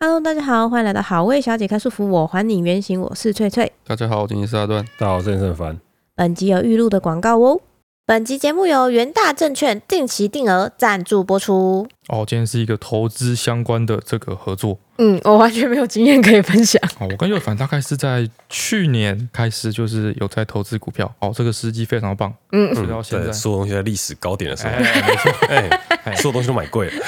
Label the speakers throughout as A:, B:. A: Hello，大家好，欢迎来到好味小姐开束缚，我还你原形，我是翠翠。
B: 大家好，我今天是阿段。
C: 大家好，我是郑凡。
A: 本集有预录的广告哦，
D: 本集节目由元大证券定期定额赞助播出。
B: 哦，今天是一个投资相关的这个合作。
D: 嗯，我完全没有经验可以分享。
B: 哦，我跟佑凡大概是在去年开始，就是有在投资股票。哦，这个时机非常棒。
D: 嗯，
B: 直到现在
C: 对所有东西在历史高点的时候，
B: 哎没错
C: 哎，所有东西都买贵 了。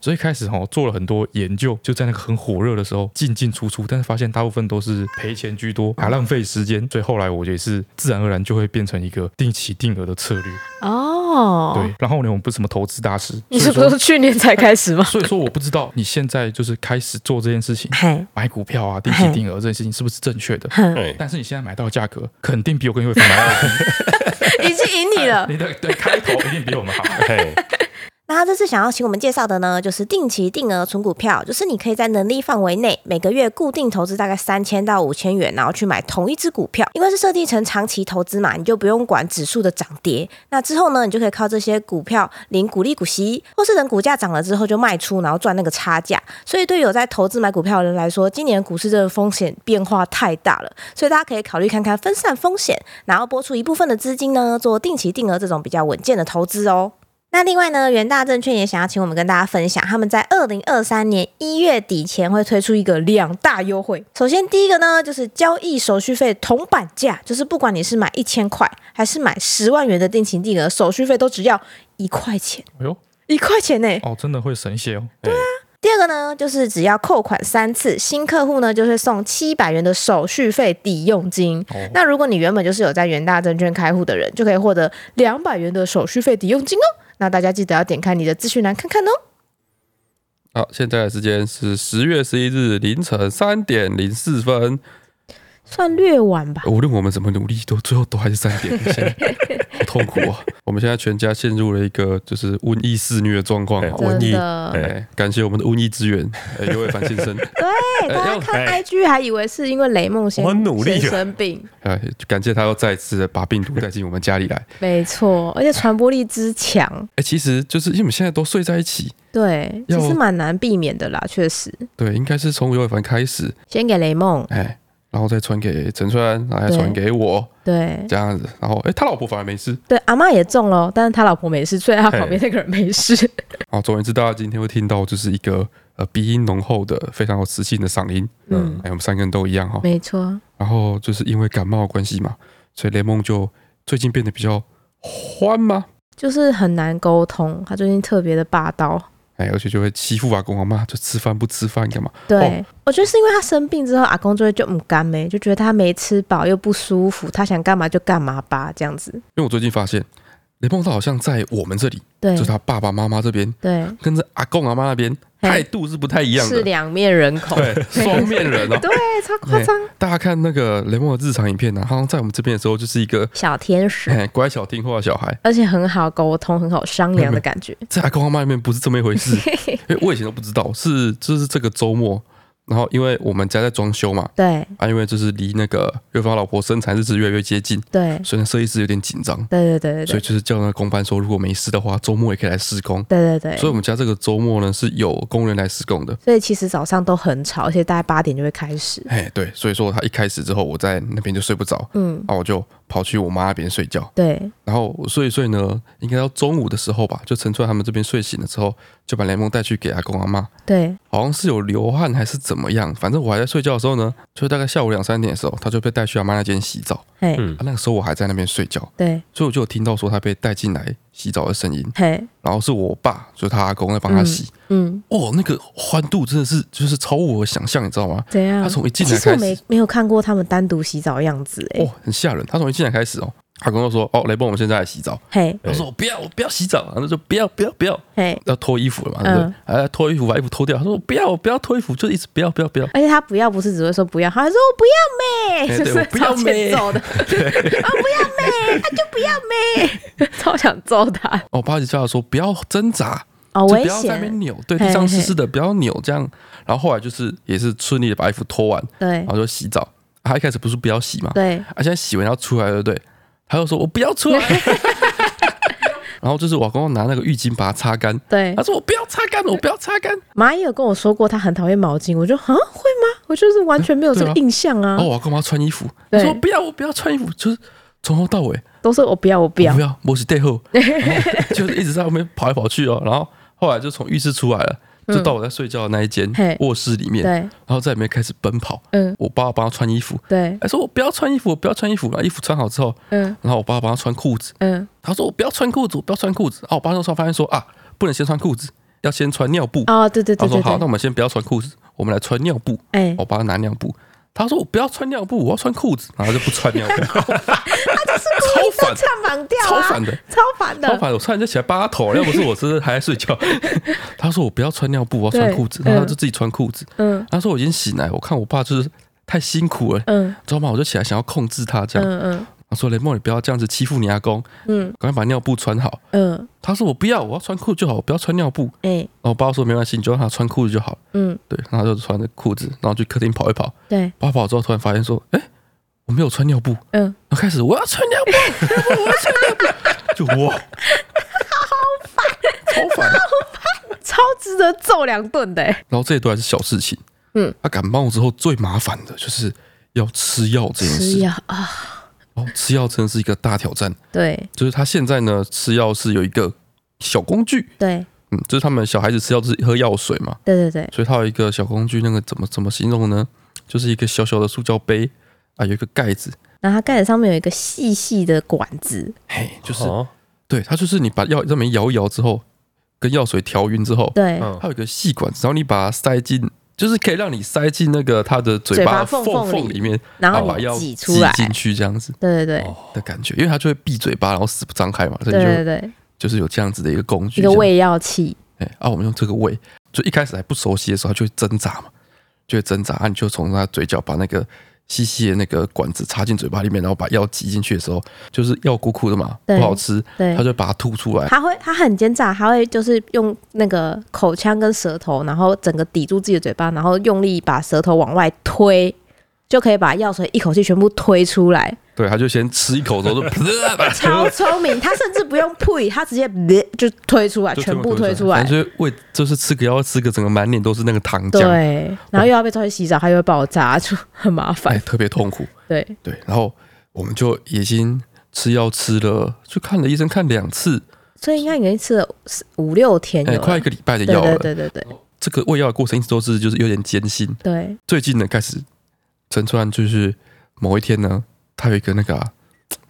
B: 所以开始哦，做了很多研究，就在那个很火热的时候进进出出，但是发现大部分都是赔钱居多，
D: 嗯
B: 还浪费时间。所以后来我也是自然而然就会变成一个定期定额的策略。
D: 哦，
B: 对，然后呢，我们不是什么投资大师，
D: 你
B: 所
D: 是
B: 以
D: 不是
B: 说
D: 去年才开始吗？
B: 所以说我不知道你现在就是开始做这件事情，
D: 嘿，
B: 买股票啊、定期定额这件事情是不是正确的？
D: 哼，
C: 哎，
B: 但是你现在买到的价格肯定比我跟岳凡买到 的
D: 已经赢你了
B: 。你的对开头一定比我 们好。哎
C: 嘿，
D: 那他这次想要请我们介绍的呢，就是定期定额存股票，就是你可以在能力范围内每个月固定投资大概三千到五千元，然后去买同一只股票，因为是设定成长期投资嘛，你就不用管指数的涨跌。那之后呢，你就可以靠这些股票领股利、股息，或是等股价涨了之后就卖出，然后赚那个差价。所以对有在投资买股票的人来说，今年股市这个风险变化太大了，所以大家可以考虑看看分散风险，然后拨出一部分的资金呢，做定期定额这种比较稳健的投资哦。那另外呢，元大证券也想要请我们跟大家分享，他们在二零二三年一月底前会推出一个两大优惠。首先第一个呢，就是交易手续费铜板价，就是不管你是买一千块还是买十万元的定期定额，手续费都只要一块钱，
B: 哎呦，
D: 一块钱呢、
B: 哦，真的会神一些哦。
D: 第二个呢，就是只要扣款三次，新客户呢就会送七百元的手续费抵用金。
B: 哦，
D: 那如果你原本就是有在元大证券开户的人，就可以获得两百元的手续费抵用金哦。那大家记得要点开你的资讯栏看看哦。
B: 好，现在的时间是十月十一日凌晨三点零四分。
A: 算略晚吧。
B: 无论我们怎么努力，都最后都还是三点，现在好痛苦啊！我们现在全家陷入了一个就是瘟疫肆虐的状况啊。
C: 哎瘟
A: 真
C: 疫
A: 的，
C: 哎，
B: 哎，感谢我们的瘟疫支 援，哎，尤伟凡先生，
A: 对，大家看
C: 哎
A: IG 还以为是因为雷梦先
C: 我努力
A: 先
C: 了
A: 生病，
B: 哎，感谢他又再次地把病毒带进我们家里来。
A: 没错，而且传播力之强，
B: 哎，其实就是因为我们现在都睡在一起，
A: 对，其
B: 要
A: 实蛮难避免的啦，确实。
B: 对，应该是从尤伟凡开始，
A: 先给雷梦，
B: 哎，然后再传给陈川，然后再传给我，
A: 对
B: 这样子。然后，哎，他老婆反而没事。
A: 对，阿妈也中了，但是他老婆没事，所以他旁边那个人没事。
B: 好，总而言之，大家今天会听到就是一个呃鼻音浓厚的、非常有磁性的嗓音。
A: 嗯，
B: 哎，我们三个人都一样哈、
A: 没错，
B: 然后就是因为感冒的关系嘛，所以雷蒙就最近变得比较欢吗？
A: 就是很难沟通，他最近特别的霸道。
B: 哎，而且就会欺负阿公阿妈，就吃饭不吃饭干嘛？
A: 对，
B: 哦
A: 我觉得是因为他生病之后，阿公就会就嗯干没，就觉得他没吃饱又不舒服，他想干嘛就干嘛吧，这样子。
B: 因为我最近发现，雷蒙他好像在我们这里，
A: 对
B: 就是他爸爸妈妈这边，
A: 对，
B: 跟着阿公阿妈那边
A: 嘿
B: 态度是不太一样
A: 是
B: 的，
A: 两面人口，
B: 对，双面人哦。
A: 对，超夸张，
B: 大家看那个雷蒙的日常影片呢、啊，他好像在我们这边的时候就是一个
A: 小天使，
B: 哎乖巧听话的小孩，
A: 而且很好沟通，很好商量的感觉。
B: 在阿公阿妈那边不是这么一回 事，因为我以前都不知道，是就是这个周末，然后因为我们家在装修嘛，
A: 对
B: 啊，因为就是离那个对方老婆生产日子越来越接近，
A: 对
B: 所以那设计师有点紧张，
A: 对对对对
B: 所以
A: 对
B: 就是叫那个工班说，如果没事的话，周末也可以来施工。
A: 对对对，
B: 所以我们家这个周末呢是有工人来施工的。
A: 所以其实早上都很吵，而且大概八点就会开始。
B: 哎，对，所以说他一开始之后，我在那边就睡不着，
A: 嗯，
B: 啊，我就跑去我妈那边睡觉。
A: 对
B: 然后我睡一睡呢，应该到中午的时候吧，就陈川他们这边睡醒了之后，就把雷蒙带去给阿公阿妈。
A: 对，
B: 好像是有流汗还是怎么样，反正我还在睡觉的时候呢，就大概下午两三点的时候，他就被带去阿妈那间洗澡。
A: 嘿、
C: 嗯
B: 啊，那个时候我还在那边睡觉，
A: 对
B: 所以我就有听到说他被带进来洗澡的声音，
A: 嘿，
B: 然后是我爸，就是他阿公在帮他洗。
A: 嗯，
B: 哇，那个欢度真的是就是超乎我的想象，你知道吗？
A: 怎样
B: 他？从一进
A: 嗯其
B: 来
A: 实我
B: 开
A: 没
B: 始，
A: 没有看过他们单独洗澡的样子、欸，
B: 哦，很吓人。他从一进来开始哦，阿公就说：“哦，雷波，我们现在来洗澡。”
A: 嘿
B: 我说：“我不要，我不要洗澡。”然后他说：“不要，不要，不要。
A: 嘿”，
B: 要脱衣服了嘛？对不对
A: 嗯？
B: 哎、脱衣服把衣服脱掉。他说：“我不要，我不要脱衣服，就一直不要，不要，不要。”
A: 而且他不要不是只会说不要，他还说我不要妹，
B: 哎
A: 就
B: 对
A: 是
B: 我不要
A: 超欠
B: 妹
A: 揍的，啊 不要妹，他就不要妹， 超想揍他，
B: 哦，巴吉叫他说不要挣扎，
A: 好
B: 就不
A: 危
B: 要在那边
A: 险，
B: 扭，对，
A: 嘿
B: 地上湿
A: 嘿
B: 湿的，不要扭这样。然后后来就是也是顺利的把衣服脱完，
A: 对
B: 然后就洗澡。他一开始不是不要洗嘛，
A: 对
B: 啊，现在洗完要出来，对不对？他又说我不要出来，然后就是我刚刚拿那个浴巾把它擦干，
A: 对嗯
B: 他，说我不要擦干，我不要擦干。
A: 蚂蚁有跟我说过，他很讨厌毛巾，我就啊会吗？我就是完全没有这个
B: 对啊
A: 印象啊，
B: 然后我干嘛穿衣服？他
A: 对
B: 说不要，我不要穿衣服，就是从头到尾
A: 都是我不要，我不
B: 我
A: 要
B: 不。要，我是背 后，然后就是一直在外面跑来跑去哦。然后后来就从浴室出来了，就到我在睡觉的那一间
A: 嗯嘿
B: 卧室里面，然
A: 对，
B: 后在里面开始奔跑。
A: 嗯，
B: 我爸爸帮他穿衣服，
A: 对，
B: 他说我不要穿衣服，我不要穿衣服。然后衣服穿好之后，
A: 嗯
B: 然后我爸帮他穿裤子，
A: 嗯，
B: 他说我不要穿裤子，我不要穿裤子。啊，我爸那时候发现说啊，不能先穿裤子，要先穿尿布。
A: 哦，对对
B: 他
A: 对
B: 说
A: 对
B: 好，那我
A: 对，
B: 们先不要穿裤子，我们来穿尿布。
A: 哎，
B: 我帮他拿尿布，他说我不要穿尿布，我要穿裤子，然后就不穿尿 布，
A: 故意
B: 超
A: 在
B: 反
A: 唱反调
B: 超
A: 啊，
B: 反的，
A: 超反的，
B: 超反的，我差点就起来扒他头，要不是我真的还在睡 觉。他说我不要穿尿布，我要穿裤子，
A: 对
B: 然后他
A: 嗯
B: 就自己穿裤子。
A: 嗯
B: 他说我已经醒来，我看我爸就是太辛苦了，
A: 嗯
B: 知道吗？我就起来想要控制他这样。
A: 嗯嗯
B: 他说雷梦，你不要这样子欺负你阿公，
A: 嗯
B: 赶快把尿布穿好。
A: 嗯，
B: 他说我不要，我要穿裤子就好，我不要穿尿布。
A: 哎，
B: 然后我爸说没关系，你就让他穿裤子就好了。
A: 嗯，
B: 对，然后他就穿着裤子，然后去客厅跑一跑。
A: 对，
B: 跑一跑之后，突然发现说，哎、我没有穿尿布。
A: 嗯，
B: 然后开始我要穿尿布，我要穿尿布，就哇，好烦，超烦。
A: 超值得揍两顿的，哎
B: 然后这些都还是小事情。
A: 嗯，
B: 他感冒之后最麻烦的就是要吃药这件
A: 吃
B: 事。
A: 药啊，
B: 哦，吃药真的是一个大挑战。
A: 对
B: 就是他现在呢，吃药是有一个小工具，
A: 对
B: 嗯，就是他们小孩子吃药就是喝药水嘛，
A: 对对对，
B: 所以它有一个小工具，那个怎么怎么形容呢？就是一个小小的塑胶杯啊，有一个盖子，
A: 然后它盖子上面有一个细细的管子，
B: 嘿，就是、
C: 哦
B: 对，它就是你把药上面摇一摇之后，跟药水调匀之后，
A: 对，
C: 嗯
B: 它有一个细管子，然后你把它塞进，就是可以让你塞进那个它的嘴巴
A: 嘴巴
B: 的
A: 缝
B: 缝
A: 缝里
B: 缝里面，
A: 然后
B: 啊把
A: 你
B: 药
A: 挤出来
B: 进去这样子
A: 对对对
C: 哦
B: 的感觉，因为它就会闭嘴巴，然后死不张开嘛，所以
A: 对对
B: 就
A: 对，
B: 就是有这样子的一个工具，
A: 一个喂药器，
B: 哎，啊，我们用这个喂，就一开始还不熟悉的时候，它就会挣扎嘛，就会挣扎，啊，你就从他嘴角把那个细细的那个管子插进嘴巴里面，然后把药挤进去的时候，就是药苦苦的嘛，
A: 对
B: 不好吃，
A: 对
B: 他就会把它吐出来，
A: 它会它很奸诈，它会就是用那个口腔跟舌头，然后整个抵住自己的嘴巴，然后用力把舌头往外推，就可以把药水一口气全部推出来，
B: 对，他就先吃一口之 后就
A: 超聪明。它甚至不用呸，它直接就推出来，
B: 就
A: 全部推出
B: 反
A: 来。
B: 正就是喂，就是吃个药吃个整个满脸都是那个糖浆，
A: 对，然后又要被抓去洗澡，它又会爆炸，就很麻
B: 哎，
A: 烦。
B: 特别痛苦，
A: 对，
B: 对，然后我们就已经吃药吃了，去看了医生看两次，
A: 所以应该已经吃了四五六天有
B: 哎，
A: 了，
B: 快一个礼拜的
A: 对
B: 药
A: 对
B: 了，
A: 对对对
B: 这个喂药的过程一直都是就是有点艰辛。
A: 对，
B: 最近呢，开始陈川就是某一天呢，他有一个那个啊、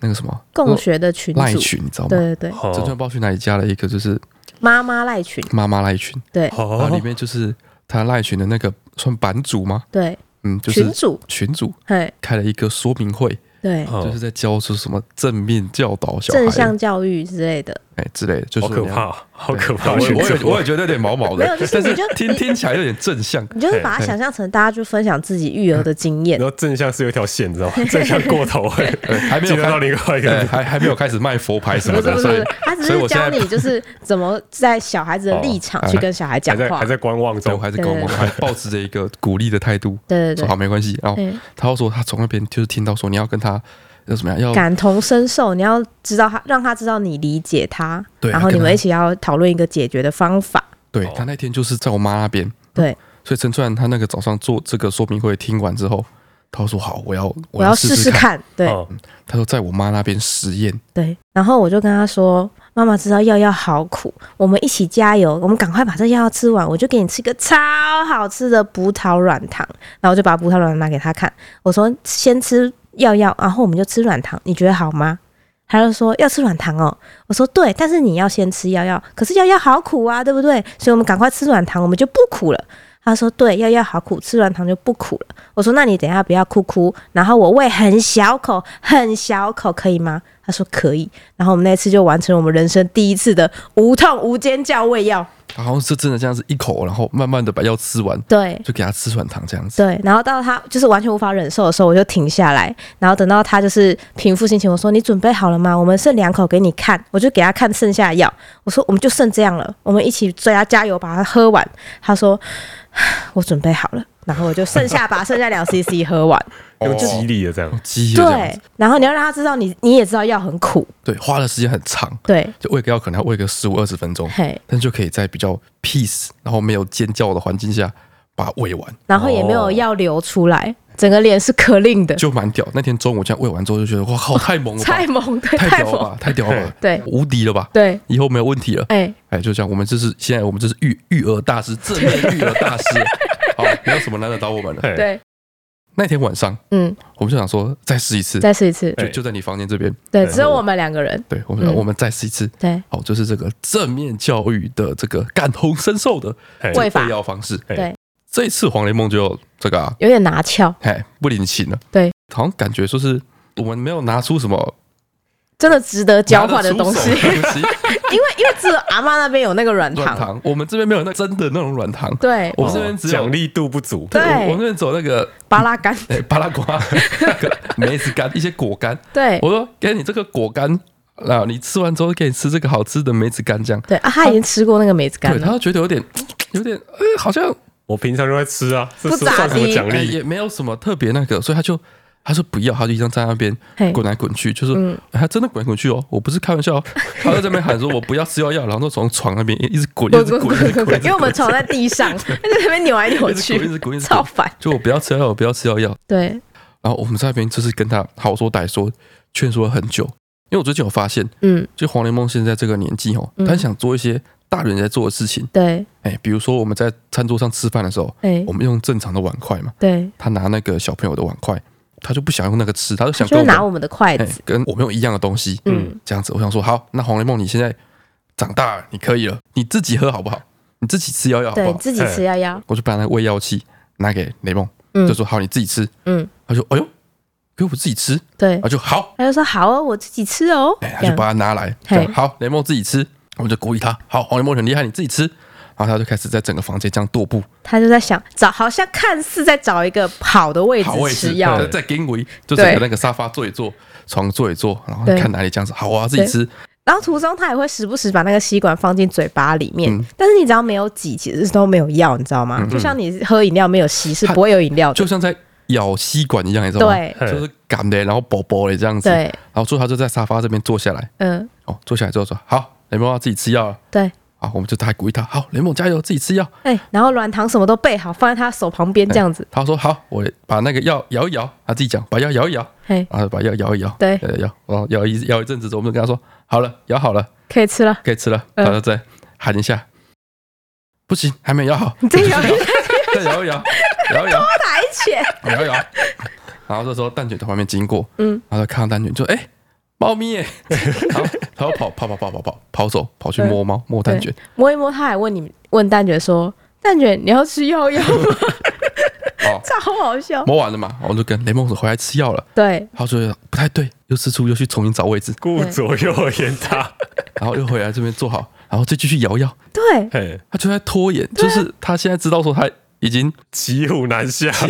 B: 那个什么
A: 共学的群
B: 赖
A: 组，
B: 群，你知道吗？
A: 对对对，
B: 陈川
C: 哦
B: 不知道去哪里加了一个就是
A: 妈妈赖群，
B: 妈妈赖群，
A: 对
B: 然后啊里
C: 哦，
B: 面就是他赖群的那个算版主吗？
A: 对，
B: 嗯，就
A: 群
B: 是
A: 主，
B: 群主
A: 嘿，
B: 开了一个说明会，
A: 对，
C: 哦
B: 就是在教出什么正面教导小
A: 正
B: 孩
A: 向教育之类的，
B: 哎之类的，就是
C: 好可
B: 我们要。
C: 怕，好可怕！
B: 我也我也
C: 选择
B: 我也觉得有点毛毛的，
A: 没有就是
B: 但
A: 你就是
B: 听听起来有点正向，
A: 你就是把它
B: 对
A: 想象成大家就分享自己育儿的经验
C: 然，后正向是有一条线，你知道吗？正向过头会
B: 呃还没有
C: 进入
B: 开
C: 到另外一
B: 呃
C: 个
B: 还还没有开始卖佛牌什
A: 不
B: 么
A: 是
B: 的，
A: 不是不
B: 所以
A: 是，他只
B: 所以
A: 是
B: 我
A: 教
B: 现在哦
A: 你就是怎么在小孩子的立场去跟小孩讲
C: 还在
A: 话
C: 还，在观望
B: 所
C: 中
B: 以
C: 嗯
B: 我，还是跟我们
A: 对
B: 还保持着一个鼓励的态度，
A: 对对
B: 说好
A: 对，
B: 没关系。然后
A: 嗯
B: 他又说他从那边就是听到说你要跟他要怎么样，要
A: 感同身受，你要知道他，让他知道你理解他，
B: 对
A: 然后你
B: 跟
A: 们
B: 他
A: 一起要讨论一个解决的方法，
B: 对
C: 哦
B: 他那天就是在我妈那边，
A: 对，
B: 所以陈川他那个早上做这个说明会听完之后，他说好，我要
A: 我要
B: 试
A: 试试
B: 看。
A: 看，对
C: 哦
B: 他说在我妈那边实验，
A: 对，然后我就跟他说。妈妈知道药药好苦，我们一起加油，我们赶快把这药吃完，我就给你吃一个超好吃的葡萄软糖。然后我就把葡萄软糖拿给他看，我说先吃药药，然后我们就吃软糖，你觉得好吗？他就说要吃软糖哦，我说对，但是你要先吃药药，可是药药好苦啊，对不对？所以我们赶快吃软糖，我们就不苦了。他说对，药药好苦，吃软糖就不苦了。我说那你等一下不要哭哭，然后我喂很小口，很小口，可以吗？他说可以。然后我们那次就完成了我们人生第一次的无痛无尖叫喂药，
B: 然后是真的这样子一口，然后慢慢的把药吃完，
A: 对。
B: 就给他吃软糖这样子。
A: 对，然后到他就是完全无法忍受的时候，我就停下来，然后等到他就是平复心情，我说：“你准备好了吗？我们剩两口给你看。”我就给他看剩下的药，我说：“我们就 剩这样了，我们一起追他加油，把它喝完。”他说：“我准备好了。”然后我就剩下把剩下两 CC 喝完。
C: 用
B: 哦
C: 激励的这样，
B: 鸡的这样
A: 对
B: 子，，
A: 然后你要让他知道你你也知道药很苦，
B: 对，花的时间很长，
A: 对，
B: 就喂个药可能要喂个十五二十分 钟，
A: 嘿，
B: 但就可以在比较 peace，然后没有尖叫的环境下把它喂 完，
A: 然后也没有药流出来，整个脸是可令的，
B: 就蛮屌。那天中午这样喂完之后就觉得哇靠，太猛了吧
A: 太，猛，对，
B: 太
A: 太
B: 屌了
A: 猛
B: 吧，，太屌了 吧，
A: 对
B: 无敌了吧，
A: 对，
B: 以后没有问题了。
A: 哎，
B: 哎，就这样，我们这是现在我们这是育育儿大师，正面育儿 大师，好，没有什么难得倒我们了。
C: 嘿，
A: 对，
B: 那天晚上
A: 嗯，
B: 我们就想说再试一次，
A: 再试一次，
B: 就
C: 对
B: 就在你房间这边，
A: 对，
C: 对
A: 只有我们两个人，
B: 对我们说
A: 嗯
B: 我们再试一次。
A: 对，
B: 好，就是这个正面教育的这个感同身受的
C: 嘿
A: 喂法
B: 喂药方式。
C: 嘿
A: 对
B: 这一次黄连梦就这个啊，
A: 有点拿翘，
B: 哎，不领情了。
A: 对，
B: 好像感觉说是我们没有拿出什么
A: 真的值得交换的
B: 拿得
A: 东
B: 出
A: 西，
B: 手
A: 因
B: 的东西，
A: 为 因为只有阿妈那边有那个软
B: 软
A: 糖，
B: 糖，我们这边没有那真的那种软糖，
A: 对，
B: 我们这边只有
C: 哦奖励度不足，
A: 对
B: 我我们这边走那个
A: 巴拉干，
B: 哎巴 拉瓜、那个梅子干、一些果干。
A: 对
B: 我说给你这个果干，啊，你吃完之后给你吃这个好吃的梅子干，这样。
A: 对啊，他已经吃过那个梅子干
B: 对，
A: 了，
B: 他觉得有点有点，呃，好像
C: 我平常就在吃啊，这
A: 不
C: 是
A: 咋
C: 算什么
A: 地
C: 奖
B: 哎
C: 励？
B: 也没有什么特别那个，所以他就他说不要，他就一直在那边
A: 嘿
B: 滚来滚去，就是、
A: 嗯
B: 哎他真的滚来滚去哦，我不是开玩 笑哦，他就在那边喊说我不要吃药药，然后就从床那边一直滚，一
A: 滚
B: 直
A: 滚
B: 滚，
A: 滚
B: 一直
A: 滚
B: 滚，
A: 滚，
B: 一
A: 因为
B: 直
A: 我们
B: 滚，
A: 床在地上，他就在那边扭来扭
B: 一直滚，一
A: 去，
B: 直滚，一直
A: 超
B: 滚，
A: 烦，
B: 就我不要吃药药，我不要吃药药，
A: 对，
B: 然后我们在那边就是跟他好说歹说，劝说了很久，因为我最近有发现，
A: 嗯，
B: 就黄连梦现在这个年纪哦，
A: 嗯
B: 他很想做一些大人在做的事情，
A: 对，
B: 哎，比如说我们在餐桌上吃饭的时候，
A: 哎
B: 我，们用正常的碗筷嘛。
A: 对，
B: 他拿那个小朋友的碗筷，他就不想用那个吃，他就想
A: 就
B: 跟
A: 是
B: 我
A: 拿
B: 们
A: 我们的筷
B: 哎、
A: 子，
B: 跟我们用一样的东西，
A: 嗯
B: 嗯，这样子，我想说，好，那黄雷梦你现在长大了，你可以了，你自己喝好不好？你自己吃药药好不
A: 对，
B: 好？哎
A: 自己吃药药，
B: 我就把那个喂药器拿给雷梦，
A: 嗯
B: 就说好，你自己吃。
A: 嗯，
B: 他说，哎呦，给我自己吃，
A: 对
B: 他，就好，
A: 他就说好哦，我自己吃哦，
B: 哎、
A: 这
B: 他就
A: 样
B: 把它拿来，
A: 嘿
B: 这样好，雷梦自己吃，我们就鼓励他，好，黄雷梦很厉害，你自己吃。然后他就开始在整个房间这样踱步，
A: 他就在想找，好像看似在找一个好的位置
B: 好位置
A: 吃药
B: 对，在跟围，就整个那个沙发坐一坐，床坐一坐，然后
A: 对
B: 看哪里这样子，好啊，自己吃，
A: 然后途中他也会时不时把那个吸管放进嘴巴里面，
B: 嗯
A: 但是你只要没有挤，其实都没有药，你知道吗？就像你喝饮料没有吸是
B: 它
A: 不会有饮料的
B: 就，像在咬吸管一样，你知道吗？
A: 对
C: 嘿
B: 就是赶的，然后薄薄的这样子，
A: 对
B: 然，后最后他就在沙发这边坐下来，
A: 嗯、
B: 哦，坐下来之后说好，雷蒙要自己吃药了，
A: 对，
B: 啊，我们就他鼓励他，好，雷蒙加油，自己吃药，
A: 哎、然后软糖什么都备好，放在他手旁
B: 哎
A: 边这样子，
B: 他说好，我把那个药摇一摇，他自己讲，把药摇一摇，
A: 嘿，
B: 然后把药摇一摇，
A: 对
B: 摇一摇，然后摇一摇一阵子之后，我们就跟他说好了，摇好了，
A: 可以吃 了，
B: 可以吃了，
A: 嗯
B: 然后再喊一下，不行，还没摇好，
A: 你这摇一摇，
B: 再摇一摇，摇一摇，
A: 白浅，
B: 摇一摇， 然后这时候蛋卷从旁边经过，
A: 嗯，
B: 然后他看到蛋卷就哎、猫咪耶， 然后他要跑跑跑跑跑跑跑走，跑去摸猫摸蛋卷，
A: 摸一摸，他还问你问蛋卷说，蛋卷你要吃药药吗？
B: 哦，
A: 超好笑，
B: 摸完了嘛，我就跟雷蒙说回来吃药了，
A: 对，
B: 他觉得不太对，又吃醋又去重新找位置，
C: 顾左右而言他，
B: 然后又回来这边坐好， 然后再继续摇药，
A: 对，
C: 嘿，
B: 他就在拖延，
A: 啊
B: 就是他现在知道说他已经
C: 骑虎难下，
B: 下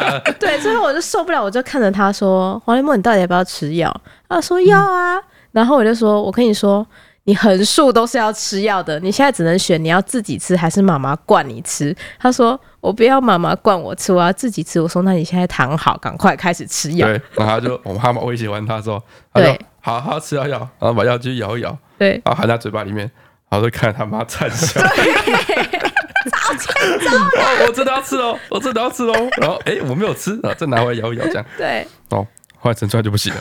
B: 了，
A: 对，最后我就受不了，我就看着他说：“黄连梦，你到底要不要吃药？”他说：“要啊。”然后我就说：“我跟你说，你横竖都是要吃药的，你现在只能选你要自己吃还是妈妈灌你吃。”他说：“我不要妈妈灌我吃，我要自己吃。”我说：“那你现在躺好，赶快开始吃 药。
B: 对，然后他就我妈妈威胁完他之后，他说
A: 对
B: 好好吃药药，然后把药继续摇一摇，”
A: 对，
B: 然后含在嘴巴里面，然后就看着他妈惨笑。 哦，我真的要吃哦，我真的要吃哦。然后哎、诶我没有吃，然后再拿回来摇一摇这样。
A: 对，
B: 哦，后来整出来就不行了。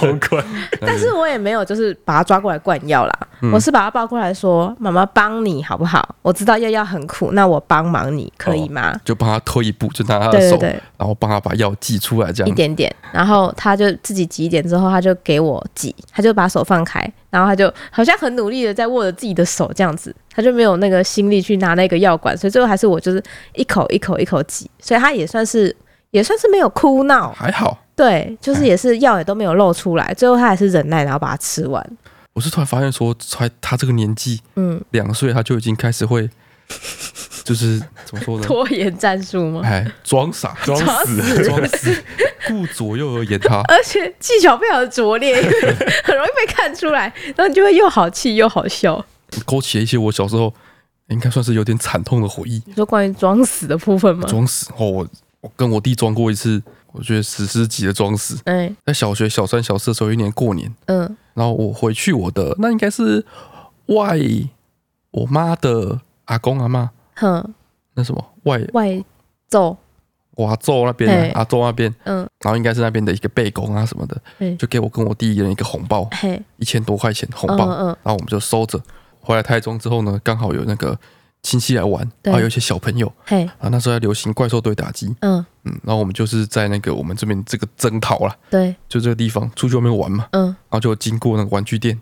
C: 崩溃，
A: 但是我也没有就是把他抓过来灌药啦，
B: 嗯
A: 我是把他抱过来说：“妈妈帮你好不好？我知道药药很苦，那我帮忙你可以吗？”
B: 就帮他推一步，就拿他的哦呃手，
A: 对对对
B: 然后帮他把药挤出来这
A: 一
B: 样。
A: 点点，然后他就自己挤一点之后，他就给我挤，他就把手放开，然后他就好像很努力的在握着自己的手这样子，他就没有那个心力去拿那个药管，所以最后还是我就是一口一口一口挤，所以他也算是也算是没有哭闹，
B: 还好，
A: 对，就是也是药也都没有漏出来，最后他还是忍耐，然后把它吃完，
B: 我是突然发现说，才他这个年纪
A: 嗯，
B: 两岁，他就已经开始会，就是怎么说 呢？
A: 拖延战术吗？
B: 哎，装傻，
C: 装死，
B: 装死，顾左右而言他。
A: 而且技巧非常的 拙劣，因为很容易被看出来，然后你就会又好气又好笑。
B: 勾起了一些我小时候应该算是有点惨痛的回忆。
A: 你说关于装死的部分吗？
B: 装死哦，我我跟我弟装过一次，我觉得史诗级的装死。
A: 哎、
B: 在小学小三小四的时候，有一年过年，
A: 嗯，
B: 然后我回去我的那应该是外我妈的阿公阿妈
A: 哼，
B: 那什么外
A: 外奏，
B: 我阿祖那边
A: 嘿
B: 啊阿祖那边，
A: 嗯，
B: 然后应该是那边的一个背公啊什么的
A: 嗯，
B: 就给我跟我弟一人一个红包，
A: 嘿，
B: 一千多块钱红
A: 嗯
B: 包，
A: 嗯，
B: 然后我们就收着。回来台中之后呢，刚好有那个亲戚来玩，
A: 对
B: 然后有一些小朋友，
A: 嘿，
B: 啊，那时候在流行怪兽对打机，
A: 嗯，
B: 嗯，然后我们就是在那个我们这边这个征讨啦，
A: 对，
B: 就这个地方出去外面玩嘛，
A: 嗯，
B: 然后就经过那个玩具店，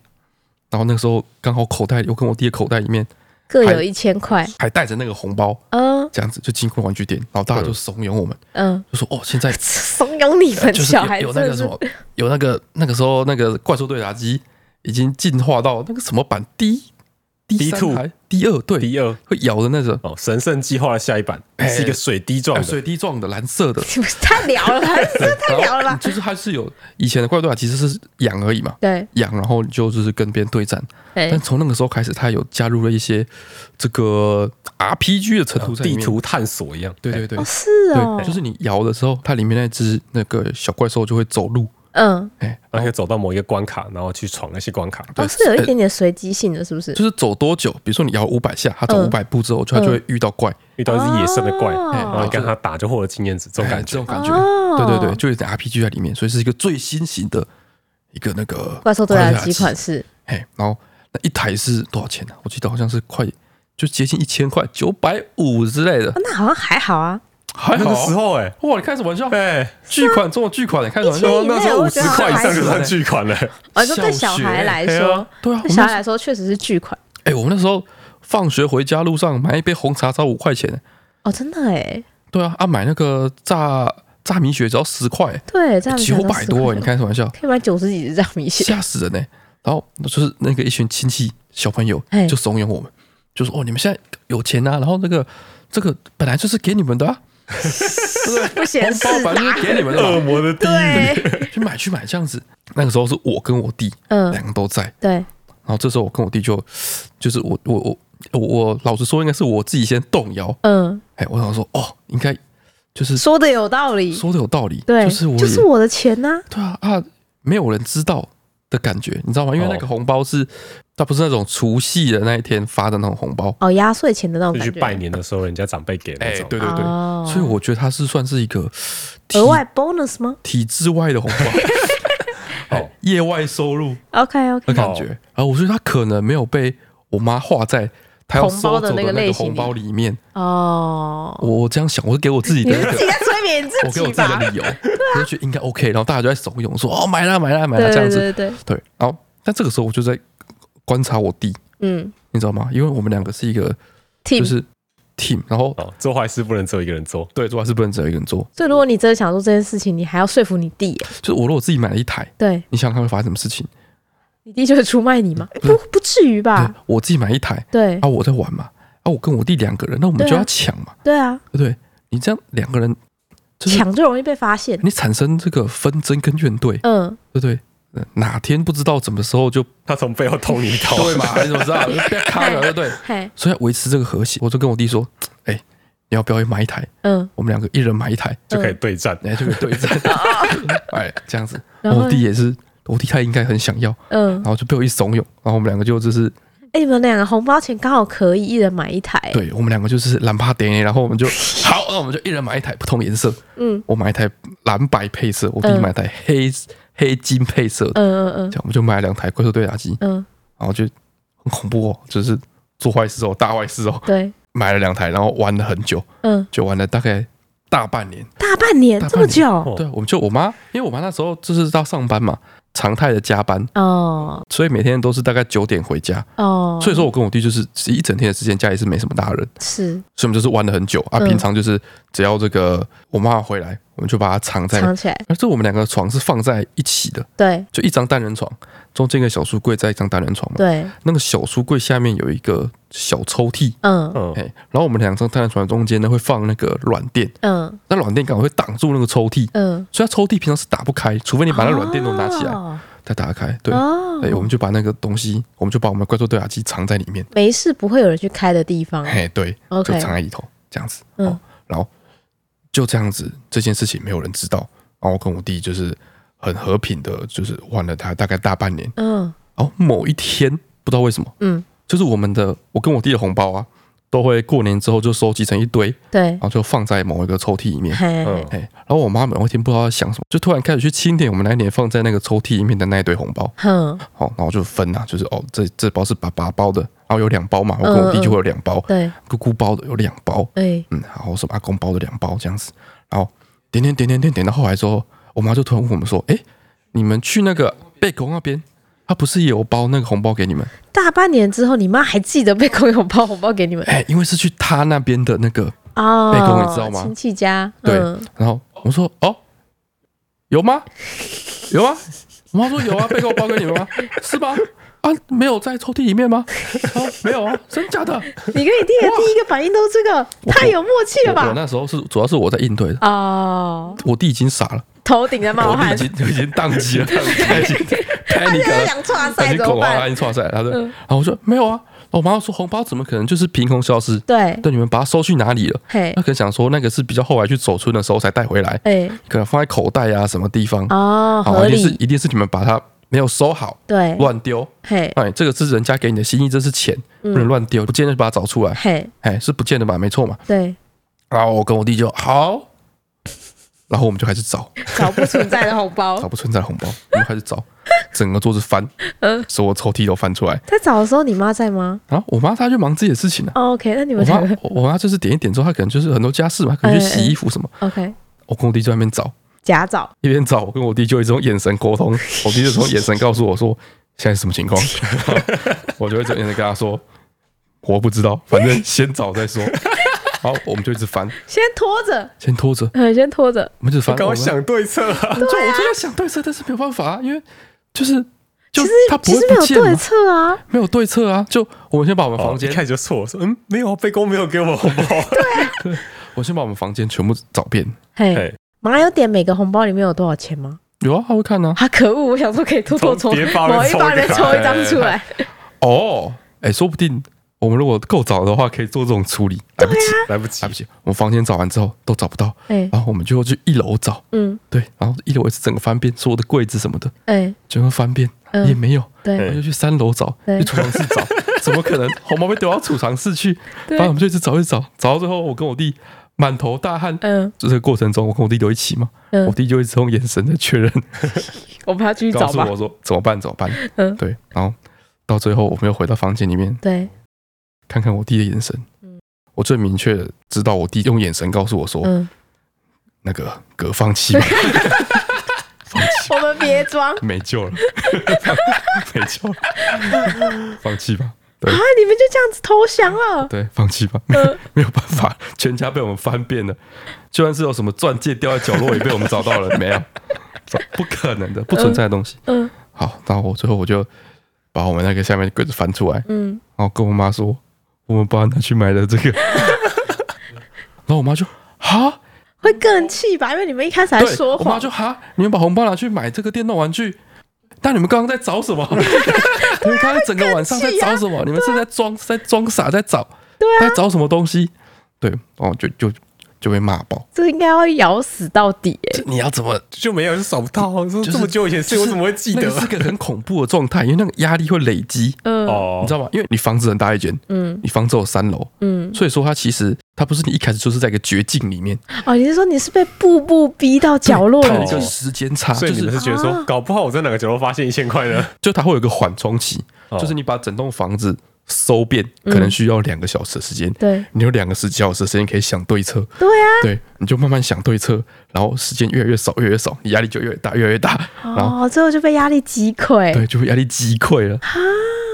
B: 然后那个时候刚好口袋，我跟我弟的口袋里面
A: 各有
B: 还
A: 一千块，
B: 还带着那个红包，
A: 嗯
B: 这样子就经过玩具店，然后大家就怂恿我们，
A: 嗯，
B: 就说哦，现在
A: 怂恿你们
B: 就是
A: 小
B: 有
A: 孩
B: 有
A: 真
B: 那个
A: 的
B: 什
A: 是
B: 么，有那个那个时候那个怪兽对打机已经进化到那个什么版 D D 三
C: D2
B: 还 D 二对，
C: 第二
B: 会摇的那种，
C: 哦，神圣计划的下一版
B: 哎
C: 是一个水滴状
B: 哎
C: 的，
B: 水滴状的蓝色的，
A: 太聊了 吧，这太
B: 然后
A: 聊了吧？
B: 就是它是有以前的怪兽对打其实是养而已嘛，
A: 对，
B: 养然后就是跟别人对战，
A: 哎
B: 但，从那个时候开始，它有加入了一些这个 RPG 的程度在里
C: 地
B: 面，
C: 图探索一样。哎
B: 对对对
A: 哦，是哦
B: 对，，就是你摇的时候，它里面那只那个小怪兽就会走路，
A: 嗯，
B: 哎，
C: 然后可以走到某一个关卡，然后去闯那些关卡。
A: 哦，是有一点点随机性的，是不是？
B: 就是走多久，比如说你摇五百下，它走五
A: 嗯
B: 百步之后，就它就会遇到怪，
C: 遇到一只野生的怪，
A: 哦
B: 哎
C: 然后你跟他打就获得经验值，这种
B: 哎
C: 感
B: 这
C: 觉
B: 种。感觉，
A: 哦
B: 对对对，就有点 RPG 在里面，所以是一个最新型的一个那个
A: 怪兽对
B: 打
A: 打机款，式，
B: 哎，然后那一台是多少钱呢、我记得好像是快就接近一千块，九百五之类的
A: 哦，那好像还好啊，
B: 还
C: 那
B: 好
C: 个
B: 啊
C: 时候，哎，
B: 哇，你开什么玩笑？
C: 哎，
B: 巨款中的巨款，你开什么玩
A: 一
B: 笑
A: 千？
C: 那时候
A: 我
C: 五
A: 觉
C: 十
A: 得
C: 块以上就
A: 还
C: 算
A: 好
C: 巨款了。
A: 哦，就对
B: 小
A: 小
B: 学
A: 孩来
C: 哎
A: 说
C: 呀，
B: 对啊，我
A: 对
B: 们
A: 小
B: 那
A: 孩
B: 时候
A: 来说确实是巨款
B: 哎，我们那时候放学回家路上买一杯红茶只要五块钱，
A: 哦，真的哎，
B: 对啊，啊买那个炸炸米血只要十块，
A: 对，这样
B: 九百多，欸你开什么玩 笑？
A: 可以买九十几只这样米线，
B: 吓死人呢、然后就是那个一群亲戚小朋友
A: 嘿
B: 就怂恿我们，就说哦，你们现在有钱啊，然后那个这个本来就是给你们的啊，
A: 不
B: 红
A: 嫌事
B: 包本来
A: 啊
B: 就是给你们的 嘛，
C: 魔的地
A: 对，
B: 去买去买这样子。那个时候是我跟我弟
A: 嗯，
B: 两个都在，
A: 对，
B: 然后这时候我跟我弟就就是我我我我我老实说，应该是我自己先动摇，
A: 嗯，
B: 哎，我想说哦，应该就是
A: 说的有道理，
B: 说的有道理，
A: 对，
B: 就是我也
A: 就是我的钱呐，
B: 对啊啊，没有人知道的感觉，你知道吗？因为那个
C: 哦
B: 红包是，它不是那种除夕的那一天发的那种红包，
A: 哦，压岁钱的那种
C: 就
A: 感
C: 去
A: 觉，
C: 拜年的时候，人家长辈给的那种。
B: 哎对
A: 哦
B: 所以我觉得它是算是一个体
A: 额外 bonus 吗
B: 体制外的红 包，
C: 哦
B: 业外收入
A: ？OK
B: 的
A: OK，
B: 感觉。然后我觉得它可能没有被我妈划在她要
A: 红包
B: 收
A: 的
B: 走
A: 那
B: 的
A: 个
B: 那
A: 类
B: 个
A: 型
B: 红包里面。
A: 哦，
B: 我我这样想，我是呃给我自己
A: 你
B: 的一
A: 们 自己
B: 个。
A: 在催眠你
B: 我给
A: 自
B: 我
A: 己
B: 自己
A: 吧，
B: 的理由，我就觉得应该 OK，然后大家就在怂恿说：“哦，买啦，买啦，买啦！”
A: 啊对
B: 这样
A: 对
B: 子，
A: 对对，
B: 对。然后，但这个时候我就在观察我弟，
A: 嗯
B: 你知道吗？因为我们两个是一个就
A: ，team。
B: 是 team，然后
C: 哦，做坏事不能只有一个人做。
B: 对，做还是不能只有一个人做。
A: 所以如果你真的想做这件事情，你还要说服你弟耶，
B: 就是我如果自己买了一台，
A: 对
B: 你想想看会发生什么事情？
A: 你弟就会出卖你嗯哦吗？ 不不至于吧？
B: 对我自己买一台，
A: 啊对
B: 啊，我在玩嘛，啊，我跟我弟两个人，那我们
A: 对啊
B: 就要抢嘛，
A: 对啊，
B: 对不对？你这样两个人，就是
A: 抢就容易被发现。
B: 你产生这个纷争跟怨怼，对
A: 嗯，
B: 不对？呃哪天不知道什么时候就
C: 他从背后捅你一刀，
B: 对嘛？你怎么知道？不要卡了，对不对？
A: 嘿，
B: 所以要维持这个和谐，我就跟我弟说：“哎、你要不要买一台？
A: 嗯，
B: 我们两个一人买一台，
C: 就可以对战。
B: 然后就可以哦对 战。哎，这样子，
A: 然后
B: 我弟也是，我弟他应该很想要，
A: 嗯
B: 然，后就被我一怂恿，然后我们两个就就是，
A: 哎、你们两个红包钱刚好可以一人买一台，，
B: 对我们两个就是蓝趴点，然后我们就 好，那我们就一人买一台不同颜色，
A: 嗯
B: 我买一台蓝白配色，我弟
A: 嗯
B: 买一台黑、黑金配色的，
A: 嗯嗯
B: 这样我们就买了两台怪兽对打机，
A: 嗯嗯，
B: 然后就很恐怖哦，就是做坏事哦，大坏事哦，
A: 对，
B: 买了两台，然后玩了很久，
A: 嗯，
B: 就玩了大概大半年，
A: 大半年
B: 大
A: 这
B: 半
A: 么
B: 年
A: 久
C: 哦
B: 对，我们就我妈，因为我妈那时候就是到上班嘛，常态的加班，
A: 哦
B: 所以每天都是大概九点回家，
A: 哦，
B: 所以说我跟我弟就是一整天的时间，家里是没什么大人，
A: 是
B: 所以我们就是玩了很久啊。
A: 嗯
B: 平常就是只要这个我妈回来，我们就把它藏在。嗯
A: 藏起来，
B: 而这我们两个床是放在一起的，
A: 对
B: 就一张单人床，中间一个小书柜，再一张单人床嘛。
A: 对，
B: 那个小书柜下面有一个小抽屉，
A: 嗯
C: 嗯
B: 哎，然后我们两张单人床中间呢会放那个软垫，
A: 嗯
B: 那软垫刚好会挡住那个抽屉，
A: 嗯，
B: 所以它抽屉平常是打不开，除非你把那软垫都拿起来。
A: 哦
B: 再打开，对，哎
A: 哦
B: 对，我们就把那个东西，我们就把我们的怪兽对讲机藏在里面，
A: 没事，不会有人去开的地方。
B: 嘿，对
A: 嗯 OK
B: 就藏在里头这样子，
A: 嗯
B: 哦，然后就这样子，这件事情没有人知道，然后我跟我弟就是很和平的，就是玩了他大概大半年，
A: 嗯
B: 然后某一天不知道为什么，
A: 嗯，
B: 就是我们的我跟我弟的红包啊，都会过年之后就收集成一堆，
A: 对
B: 然，后就放在某一个抽屉里面，
A: 嘿，
C: 嗯，
B: 哎，然后我妈某一天不知道在想什么，就突然开始去清点我们那一年放在那个抽屉里面的那一堆红包，
A: 哼，
B: 好、然后就分啊，就是哦，这这包是爸爸包的，然后有两包嘛，我跟我弟就会有两包，
A: 对，
B: 姑姑包的有两包，
A: 哎，
B: 嗯，然后什么阿公包的两包这样子，然后点点点点点点到后来之后，我妈就突然问我们说，哎，你们去那个贝公那边，他不是也有包那个红包给你们？
A: 大半年之后，你妈还记得被公有包红包给你们
B: 哎，因为是去他那边的那个
A: 哦？
B: 被公你知道吗
A: 亲戚家，
B: 对，
A: 嗯
B: 然后我说哦，有吗？有吗？我妈说有啊，被我包给你们吗？是吗？啊，没有在抽屉里面吗？啊，没有啊，真假的？
A: 你跟你弟的第一个反应都是这个，太有默契了
B: 我我
A: 吧？
B: 那时候是主要是我在应对的，
A: 哦，
B: 我弟已经傻了，
A: 头顶在冒
B: 我弟
A: 汗
B: 已，经已经宕机了，他已经开哎 你
D: 他
B: 了，
D: 想岔
B: 他已
D: 赛
B: 经
D: 怎
B: 恐
D: 么
B: 慌了，他
D: 办？嗯
B: 已经错赛了。他说，然后我说没有啊，我妈说红包怎么可能就是凭空消失？
A: 对，
B: 对，你们把它收去哪里了？
A: 嘿
B: 他，可能想说那个是比较后来去走村的时候才带回来，
A: 哎，
B: 可能放在口袋啊什么地方。
A: 哦，
B: 好，
A: 合
B: 一定是
A: 理，
B: 一定是你们把它没有收好，
A: 对，
B: 乱丢。
A: 嘿，
B: 哎，这个是人家给你的心意，这是钱，不能乱丢，不见得把它找出来。
A: 嘿，
B: 哎，是不见得吧？没错嘛。
A: 对，
B: 然后我跟我弟就好，然后我们就开始找，
A: 找不存在的红 包
B: 找。不存在的红包，我们开始找，整个桌子翻，所有抽屉都翻出来。
A: 在找的时候，你妈在吗
B: 然后我妈她就忙自己的事情啊了、
A: 哦？OK，那你
B: 我
A: 们两
B: 妈
A: 个
B: 我妈就是点一点之后，她可能就是很多家事嘛，可能去洗衣服什么。
A: OK
B: 我跟我弟就在那边找，
A: 假找，
B: 一边找，我跟我弟就一直用眼神沟 通，我弟就从眼神告诉我说现在是什么情况， 我就会用眼神跟他说，我不知道，反正先找再说。 好，我们就一直翻，
A: 先拖着，
B: 先拖着，
A: 嗯，先拖着，
B: 我们就翻。
C: 刚
B: 我
C: 好
B: 们
C: 想对策啊，
B: 就我就在想对策，但是没有办法、啊，因为就是就
A: 其实
B: 他不
A: 其
B: 会
A: 实
B: 不
A: 没有
B: 见
A: 对
B: 嘛，
A: 策啊，
B: 没有对策啊。就我先把我们
C: 哦
B: 房
C: 一
B: 间，
C: 开始就错，说嗯，没有啊，被公没有给我红包，
B: 我先把我们房间全部找遍。
A: 嘿
C: 嘿。
A: 妈有点每个红包里面有多少钱 吗？
B: 有啊，他会看啊。
A: 啊，可恶！我想说可以偷偷
C: 从
A: 从
C: 别 包里
A: 某一
C: 抽
A: 包
C: 一
A: 里面
C: 个
A: 抽一张出来。
B: 哦，哎、说不定我们如果够早的话，可以做这种处理。来不及，
C: 来不及
B: 来不，及，我们房间找完之后都找不到，
A: 哎，
B: 然后我们就去一楼找，
A: 嗯，
B: 对，然后一楼也是整个翻遍，所有的柜子什么的，
A: 哎，
B: 全部翻遍，
A: 嗯
B: 也没有，然
A: 对
B: 后就去三楼找，
A: 对
B: 去储藏室 找，怎么可能红包被丢到储藏室去？
A: 对
B: 然后我们就一直找，一直找，找到最后，我跟我弟满头大汗。
A: 嗯
B: 就这个过程中，我跟我弟都一起嘛，
A: 嗯
B: 我弟就一直用眼神在确认，
A: 我们要继续
B: 告
A: 找
B: 诉
A: 吧。
B: 我说怎么办，怎么办？
A: 嗯
B: 对，然后到最后，我们又回到房间里面，
A: 对，
B: 看看我弟的眼神
A: 嗯。
B: 我最明确地知道，我弟用眼神告诉我说：“
A: 嗯，
B: 那个哥，放弃吧，
A: 我们别装 啊！
B: 没救了，没救了， 放弃吧。”对
A: 你们就这样子投降了？
B: 对，放弃吧，没
A: 嗯
B: 没有办法，全家被我们翻遍了，就算是有什么钻戒掉在角落也被我们找到 了，没有，不可能的，不存在的东西。
A: 嗯
B: 好，然后我最后我就把我们那个下面的柜子翻出来，
A: 嗯，
B: 然后跟我妈说，我们爸拿去买的这 个，然后我妈就哈，
A: 会更气吧？因为你们一开始还
B: 对，
A: 说
B: 我妈
A: 谎
B: 就，哈，你们把红包拿去买这个电动玩具，但你们刚刚在找 什么？你们刚刚整个晚上在找什
A: 啊
B: 么？你们是在装在装傻，在找
A: 对啊
B: 在找什么东西？对，哦，就就就被骂爆。
A: 这应该要咬死到底哎。
B: 这你要怎么？
C: 就没有就找不到啊，说
B: 就是
C: 这么久以前的事
B: 就是
C: 我怎么会记
B: 那
C: 得
B: 个是个很恐怖的状态，因为那个压力会累积，
A: 嗯
C: 哦
B: 你知道吗？因为你房子很大一间，
A: 嗯
B: 你房子有三楼，
A: 嗯，
B: 所以说它其实它不是你一开始就是在一个绝境里面，
A: 哦，你是说你是被步步逼到角落
B: 它有
A: 里
B: 一
A: 去
B: 个？时间差，
C: 所
B: 就
C: 以你们
B: 是
C: 是觉得说
A: 啊，
C: 搞不好我在哪个角落发现一千块呢？
B: 就它会有一个缓冲期，
C: 哦
B: 就是你把整栋房子搜遍，可能需要两个小时的时间。
A: 对
B: 你有两个时小时的时间可以想对策，
A: 对啊，
B: 对，你就慢慢想对策，然后时间越来越少，越来越少，你压力就越来越大，越来越大，然后
A: 哦，最后就被压力击溃。
B: 对，就会压力击溃了，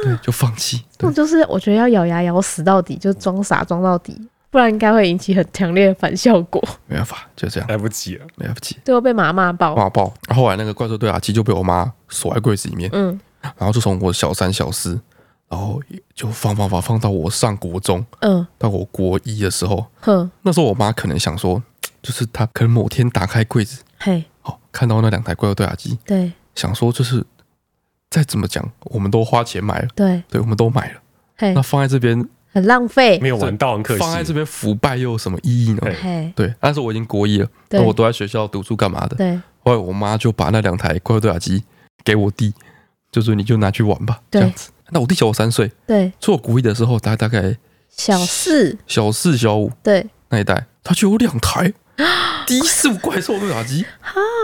B: 对，就放弃。
A: 这
B: 对
A: 种，就是我觉得要咬牙咬死到底，就装傻装到底，不然应该会引起很强烈的反效果，
B: 没办法，就这样，
C: 来不及了，
B: 没办法记。
A: 最后被妈骂爆。
B: 骂爆，然后后来那个怪兽对讲机就被我妈锁在柜子里面，
A: 嗯
B: 然后就从我小三小四，然后就放放放放到我上国中，
A: 嗯
B: 到我国一的时候，
A: 哼
B: 那时候我妈可能想说，就是她可能某天打开柜子，
A: 嘿，
B: 哦，看到那两台怪兽对讲机，
A: 对
B: 想说就是再怎么讲，我们都花钱买了，
A: 对，
B: 对，我们都买了，
A: 嘿
B: 那，放在这边，
A: 很浪费
C: 没，有玩到，很可惜。
B: 放在这边腐败又有什么意义呢？
C: 对
A: 嘿，
B: 对，那时候我已经国一了，
A: 对
B: 那哦我都在学校读书干嘛的？
A: 对
B: 后来我妈就把那两台怪物对打机给我弟，就说你就拿去玩吧，这
A: 对
B: 样子。那我弟小我三岁，
A: 对，
B: 所以我国一的时候，他大概
A: 小四，
B: 小四、小五
A: 对，
B: 那一代，他就有两 台低速怪兽对打机。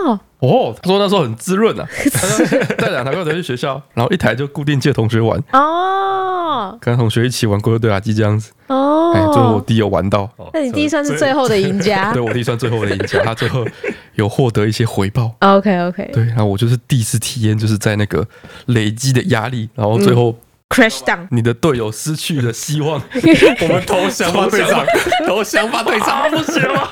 A: 哦，
B: 哦，他说那时候很滋润啊，他说带两台怪兽对打机去学校，然后一台就固定借同学玩，
A: 哦，
B: 跟同学一起玩怪兽对打机这样子。哎，最后我
A: 哦，
B: 弟有玩到，
C: 哦
A: 那你弟算是最后的赢家
B: 对我弟算最后的赢家，他最后有获得一些回报。
A: ，OK OK，
B: 对，然后我就是第一次体验，就是在那个累积的压力，然后最后
A: crash down，
B: 你的队友失去了希 望，
C: 我们投降吧，队长，投降吧，队长，不行吗？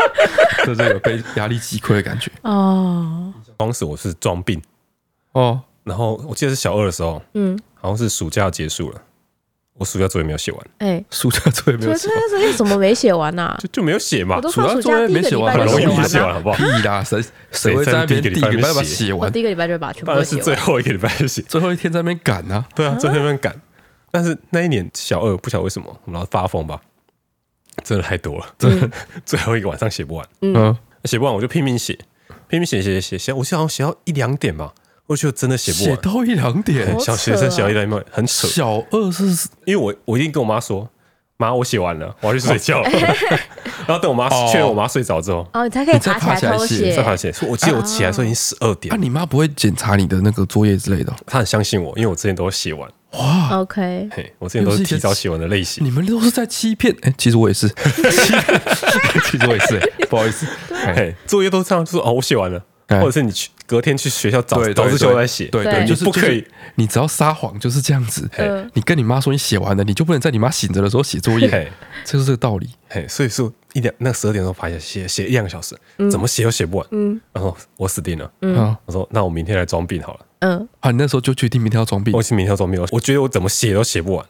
B: 对对，有被压力击溃的感觉。
A: 哦，
C: 当时我是装病，
B: 哦，
C: 然后我记得是小二的时候，
A: 嗯，
C: 好像是暑假结束了，我暑假作业没有写完，
A: 哎，
B: 暑假作业没
A: 昨
B: 有
A: 天
B: 写，啊
A: 作业怎么没写完呢？
C: 就就没有写嘛
A: 我，都
B: 暑
A: 放
B: 假
A: 暑
B: 作
A: 假
B: 业
A: 第一
B: 没
A: 个
B: 写
A: 礼
B: 完，
A: 拜
C: 很容
A: 就写
C: 易
A: 完啊
C: 写完，
A: 了，
C: 好不好
B: 屁？啦，谁谁
C: 谁
B: 会在那边
C: 在第
B: 第
C: 一
B: 一
C: 个
B: 个
C: 礼
B: 礼
C: 拜
B: 拜
C: 没
B: 把它
C: 写
B: 写
A: 我
B: 完？
A: 第一个礼拜就把它全部
C: 当
A: 都
C: 然是
A: 写
C: 最
A: 完，
C: 后一个礼拜写，
B: 最后一天在那边赶啊，
C: 对啊，在那边赶。但是那一年小二不晓得为什么，我们老师发疯吧，真的太多了，真的 最后一个晚上写不完，
B: 嗯，
C: 写不完我就拼命写，拼命写写写写，我记得好像写到一两点吧，我就真的写不
B: 写
C: 完。哦
B: 到一两点
A: 好，
C: 小学
A: 扯啊
C: 生小一来嘛，很扯，
B: 小二是
C: 因为我我一定跟我妈说，妈，我写完了，我要去睡觉了。然后等我妈确认我妈睡着之后，
A: 哦，你才可以
B: 你再
A: 爬起来
B: 爬起来
A: 偷
B: 写
A: 写
C: 再，爬起来。我记得我起来的时候已经十二点
B: 啊，，你妈不会检查你的那个作业之类的哦？
C: 她很相信我，因为我之前都写完，
A: OK，
C: 嘿，我之前都是提早写完的类型。
B: 你们都是在欺骗？哎，其实我也是，其实我也是，哎不好意思，
A: 啊
C: 嘿，作业都这样，就是哦，我写完了，
B: 哎
C: 或者是你去隔天去学校早
B: 对对
C: 早自
B: 对
C: 修来写，
B: 对
A: 对
B: 对，
A: 你
B: 就是
C: 不可以，
B: 就是你只要撒谎就是这样子。
C: 嘿
A: 嗯
B: 你跟你妈说你写完了，你就不能在你妈醒着的时候写作业，
C: 嘿
B: 这就是这个道理。
C: 嘿，所以说一两那十二点钟爬起来写写一两个小时，怎么写都写不完，嗯，然后我死定了，
B: 嗯
C: 我说那我明天来装病好了，
A: 嗯，
B: 啊，你那时候就决定明天要装病
C: 我。去明天要装病，我我觉得我怎么写都写不完，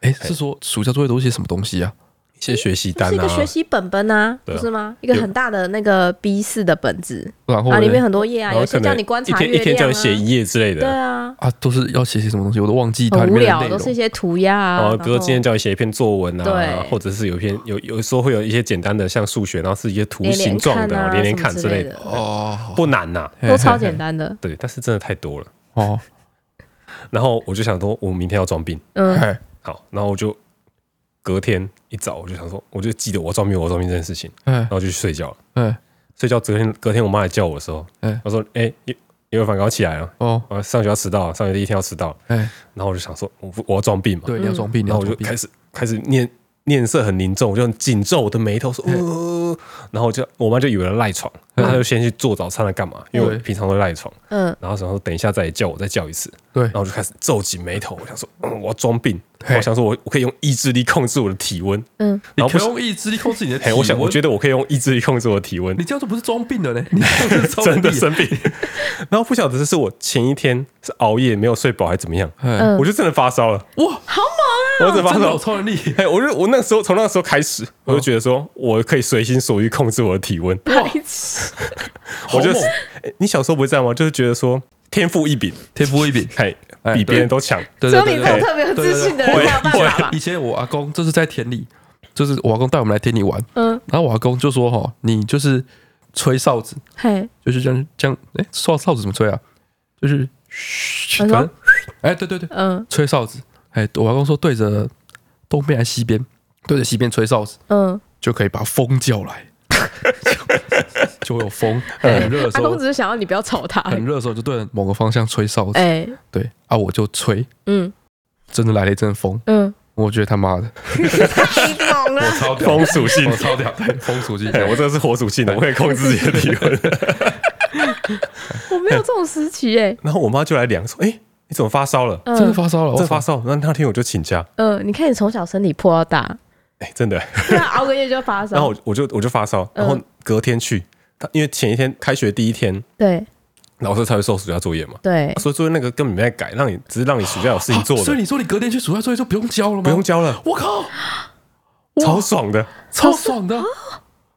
B: 哎，是说暑假作业都写什么东西啊？
C: 一些学习
A: 就
C: 单
A: 是一
C: 啊
A: 个，学习本本啊，
C: 对
A: 不
C: 啊
A: 是吗？一个很大的那个 B 四的本子
B: 然后
A: 啊，
B: 嘞
A: 里面很多页啊，
C: 哦然
A: 有
C: 后
A: 一些
C: 可
A: 叫
C: 能
A: 你观
C: 一
A: 察
C: 天
A: 月
C: 一天叫
A: 亮
C: 你写
A: 啊，
C: 一页之类
A: 对
C: 的，
A: 啊，
B: 啊，都是要写些什么东西，我都忘记它
A: 很
B: 里
A: 无
B: 面的
A: 聊，
B: 内
A: 都是一
B: 容。
A: 些涂鸦啊
C: 哦，，比如说今天叫你写一篇作文啊，
A: 对
C: 或者是有一篇有有时候会有一些简单的，像数学，然后是一些图
A: 连
C: 形
A: 连
C: 状
A: 看
C: 的
A: 啊，
C: 连连
A: 什么
C: 看
A: 之
C: 之类的，
A: 的，
B: 哦
C: 不难呐、
A: 都 超简单的，
C: 对，但是真的太多了。
B: 哦，
C: 然后我就想说，我明天要装病，
A: 嗯，
B: 哎
C: 好，然后我就隔天一早我就想说，我就记得我要装病，我要装病这件事情，
B: 哎
C: 然后就去睡觉了。
B: 哎
C: 睡觉隔天隔天我妈来叫我的时候，
B: 哎
C: 她说：“哎、叶叶伟凡刚起来了，
B: 哦
C: 我上学要迟到啊了，上学第一天要迟到了。
B: 哎，”
C: 然后我就想说，我我要装病嘛，
B: 对，你要装病，你
C: 然
B: 要
C: 后我就
B: 装病
C: 开始开始念面色很凝重，我就很紧皱我的眉头说，呃，然后我就我妈就以为我赖床，
B: 嗯
C: 她就先去做早餐了干嘛？因为我
B: 对
C: 平常都赖床，
A: 嗯，
C: 然后想说等一下再叫我再叫一次，
B: 对
C: 然，后我就开始皱紧眉头，我想说，嗯，我要装病，
B: 嘿
C: 我想说我我可以用意志力控制我的体温，
A: 嗯，
B: 你
C: 然后不
B: 可以
C: 是，
B: 用意志力控制你的体
C: 嘿，
B: 温。
C: 我想我觉得我可以用意志力控制我的体温
B: 你，这样就不是装病了呢， 你这样是 装
C: 真的
B: 病
C: 生病，然后不晓得是我前一天是熬夜没有睡饱还是怎么样，
B: 哎
C: 我就真的发烧了，
B: 哇，啊
C: 我真的发
B: 真的
C: 烧
B: 有，超能力，
C: 哎、我就我那时候从那时候开始，我
B: 嗯
C: 就觉得说我可以随心所欲控制我的体温。
A: 白痴，
C: 我就是、
B: 好猛
C: 哎你小时候不会这样吗？就是觉得说天赋异禀，
B: 天赋异禀。
C: 哎
B: 哎，
C: 比
B: 对
C: 别人都强。
B: 对
A: 只
B: 对
A: 有
B: 对
A: 你这种
B: 对，
A: 特别有自信的人
C: 对
A: 才有办法吧
B: 以？前我阿公就是在田里，就是我阿公带我们来田里玩，
A: 嗯，
B: 然后我阿公就说：“哈，你就是吹哨子，
A: 嘿，
B: 就是这样这样，哎，哨哨子怎么吹啊？就是
A: 他
B: 嘘，
A: 说
B: 反正哎，对对对，
A: 嗯
B: 吹哨子。哎，我阿公说对着东边还是西边，对着西边吹哨子
A: 嗯，
B: 就可以把风叫来， 就就会有风。很热的时
A: 嗯阿
B: 候
A: 公只，是想要你不要吵他，
B: 很热的时候就对着某个方向吹哨子。
A: 哎，
B: 对啊，我就吹，
A: 嗯
B: 真的来了一阵风，
A: 嗯，
B: 我觉得他妈的，
A: 你懂啊了
B: 我，超屌，
C: 风属性
B: 我超屌，对风属性。
C: 哎、我这个是火属性的，我可以控制自己的体 温。
A: 我没有这种时期哎，
C: 然后我妈就来量说：“哎、你怎么发烧了？”
B: 真的
A: 嗯
B: 发烧了，哦
C: 这
B: 我
C: 发烧，那那天我就请假，
A: 嗯，你看你从小身体破到大，
C: 哎、真的。
A: 对啊，熬个夜就发烧，
C: 然后我我就我就发烧，
B: 嗯
C: 然后隔天去，他因为前一天开学第一天，
A: 对
C: 老师才会收暑假作业嘛，
A: 对，
C: 所以作业那个根本没在改，让你只是让你暑假有事情做
B: 哦所以
C: 的，
B: 你说你隔天去暑假作业就不用交了吗？
C: 不用，交了，
B: 我靠，
C: 超爽的。
B: 超爽的！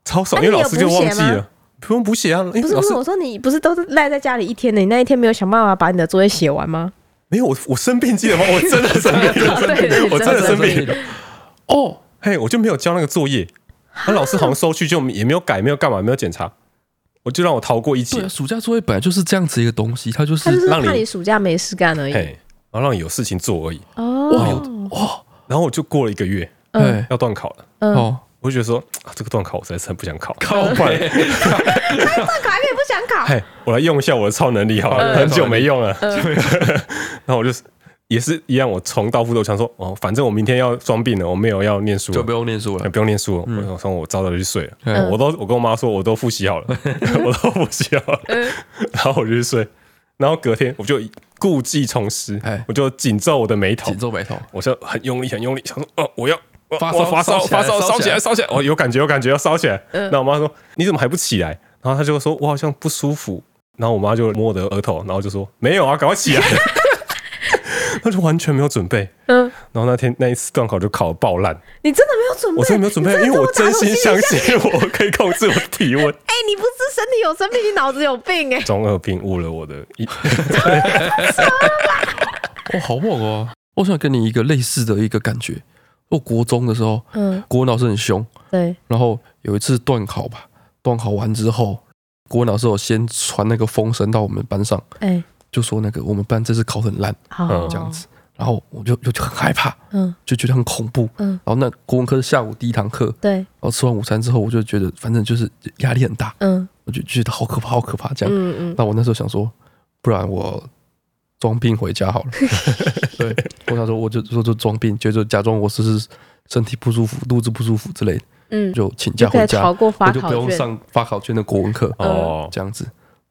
C: 超爽，
A: 啊
C: 因为
A: 你有
C: 老师就
A: 补
C: 忘
A: 写
C: 记
A: 吗
C: 了，不用补写啊，因为
A: 不是
C: 老
A: 不
C: 师
A: 是，我说你不是都是赖在家里一天的，你那一天没有想办法把你的作业写完吗？
C: 没有我我生病记得吗？我真 的生病了，
A: 对对
C: 我真的生病了
B: 了。
C: 哦，嘿，我就没有交那个作业，那老师好像收去就也没有改，没有干嘛，没有检查，我就让我逃过一
B: 对
C: 劫
B: 啊，，暑假作业本来就是这样子一个东西，它就
A: 他就是是
C: 让你
A: 怕你暑假没事干而已。
C: 嘿，然后让你有事情做而已。
B: 哇
A: 哦，
B: 有哇
C: 然后我就过了一个月
B: 哎
C: 要断考了，
A: 嗯，
B: 哦，
C: 我就觉得说啊这个断考我实在是很不想考，
B: 靠
C: 不然
A: 那考还可以不想考，
C: 嘿，我来用一下我的超能力好了，
B: 嗯
C: 很久没用了。
A: 嗯
C: 然后我就是也是一样，我重蹈覆辙，我想说哦，反正我明天要装病了，我没有要念书了，
B: 就不用念书
C: 哎
B: 了。
C: 不用念书了。我想说我早早就去睡了，
B: 嗯
C: 我都我跟我妈说我都复习 好了，我都复习好了， 然后我就去睡。然后隔天我就故技重施
B: 哎，
C: 我就紧皱我的眉头
B: 紧，皱眉头，
C: 我就很用力，很用力，想说，哦，我要我
B: 发烧
C: 我发烧，
B: 烧起来
C: 发烧，
B: 烧
C: 烧
B: 起
C: 起
B: 来
C: 来，烧起来，哦，有感觉，有感觉，要烧起来。那我妈说，你怎么还不起来？然后她就说，我好像不舒服。然后我妈就摸我的额头，然后就说，没有啊，赶快起来。 她就完全没有准备。
A: 嗯，
C: 然后那天那一次段考就考得爆烂，
A: 你真的没有准备，
C: 我真的没有准备，
A: 你
C: 因为
A: 跟
C: 我
A: 打
C: 真
A: 从
C: 心
A: 里
C: 相信我可以控制我的体温。
A: 哎，你不是身体有生病，你脑子有病 哎。
C: 中二病误了我的一，
B: 哦，好猛哦！我想跟你一个类似的一个感觉。我国中的时候，
A: 嗯，
B: 国文老师很凶，
A: 对，
B: 然后有一次断考吧，断考完之后，国文老师有先传那个风声到我们班上，
A: 哎，
B: 就说那个我们班这次考得很烂
A: 好，
B: 这样子，然后我就就就很害怕，
A: 嗯，
B: 就觉得很恐怖。
A: 嗯，
B: 然后那国文科是下午第一堂课，
A: 对，
B: 然后吃完午餐之后，我就觉得反正就是压力很大，
A: 嗯
B: 我就觉得好可怕，好可怕这样。
A: 嗯嗯，
B: 那我那时候想说，不然我装病回家好 了。对，我想说我就就就装病，就就假装我是是身体不舒服、肚子不舒服之类的，
A: 嗯，
B: 就请假
A: 就可
B: 回
A: 以
B: 家
A: 逃，过
B: 我
A: 发
B: 就
A: 考
B: 不用
A: 卷。
B: 上发考卷的国文课
C: 哦
B: 这样子。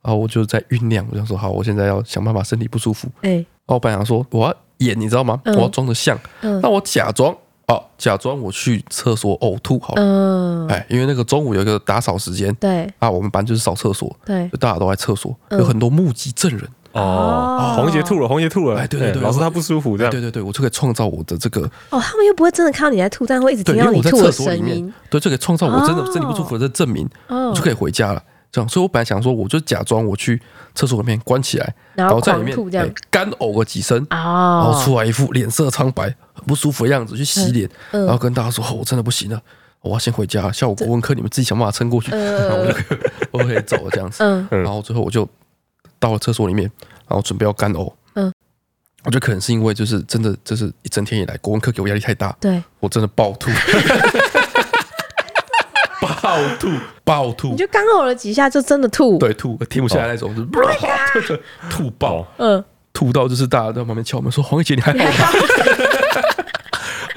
B: 然后我就在酝酿，我想说好，我现在要想办法身体不舒服。
A: 哎，
B: 然后我本来想说我要演，你知道吗？
A: 嗯
B: 我要装的像，
A: 嗯
B: 那我假装哦，假装我去厕所呕吐好了。
A: 嗯，
B: 哎，因为那个中午有一个打扫时间
A: 对
B: 啊，我们班就是扫厕所，
A: 对
B: 就大家都在厕所，
A: 嗯
B: 有很多目击证人。
A: 哦
C: 红杰吐了，红杰吐了，
B: 哎对对
C: 哎
B: 对
C: 老师他不舒服这样
B: 对，对对，我就可以创造我的这个，
A: 哦，他们又不会真的看到你在吐，但会一直
B: 对，
A: 听
B: 因
A: 到
B: 为
A: 你
B: 我在
A: 吐
B: 厕
A: 的
B: 所
A: 声
B: 里面
A: 音。，
B: 对，就可以创造我真的身体不舒服的证明，
A: 哦
B: 我就可以回家了。这样，所以我本来想说，我就假装我去厕所里面关起来，
A: 然
B: 然
A: 后
B: 后在里
A: 狂
B: 面
A: 吐这样
B: 哎。干呕个几声，然后
A: 哦，
B: 出来一副脸色苍白、很不舒服的样子，去洗脸，
A: 嗯
B: 然后跟大家说：“哦，我真的不行了，我要先回家了，下午国文课你们自己想办法撑过去。”然 后我就我就可以走了这样子。
A: 嗯
C: 嗯
B: 然后最后我就到了厕所里面，然后准备要干呕。
A: 嗯，
B: 我觉得可能是因为就是真的就是一整天以来国文课给我压力太大，
A: 对，
B: 我真的暴 吐，暴吐，暴
A: 你
B: 吐，
A: 就刚呕了几下就真的吐。，
B: 对吐，停不下来那种，就是
A: ，Oh
B: 吐爆，
A: 嗯，
B: 吐到就是大家在旁边敲门说：“黄奕姐，你还好吗？”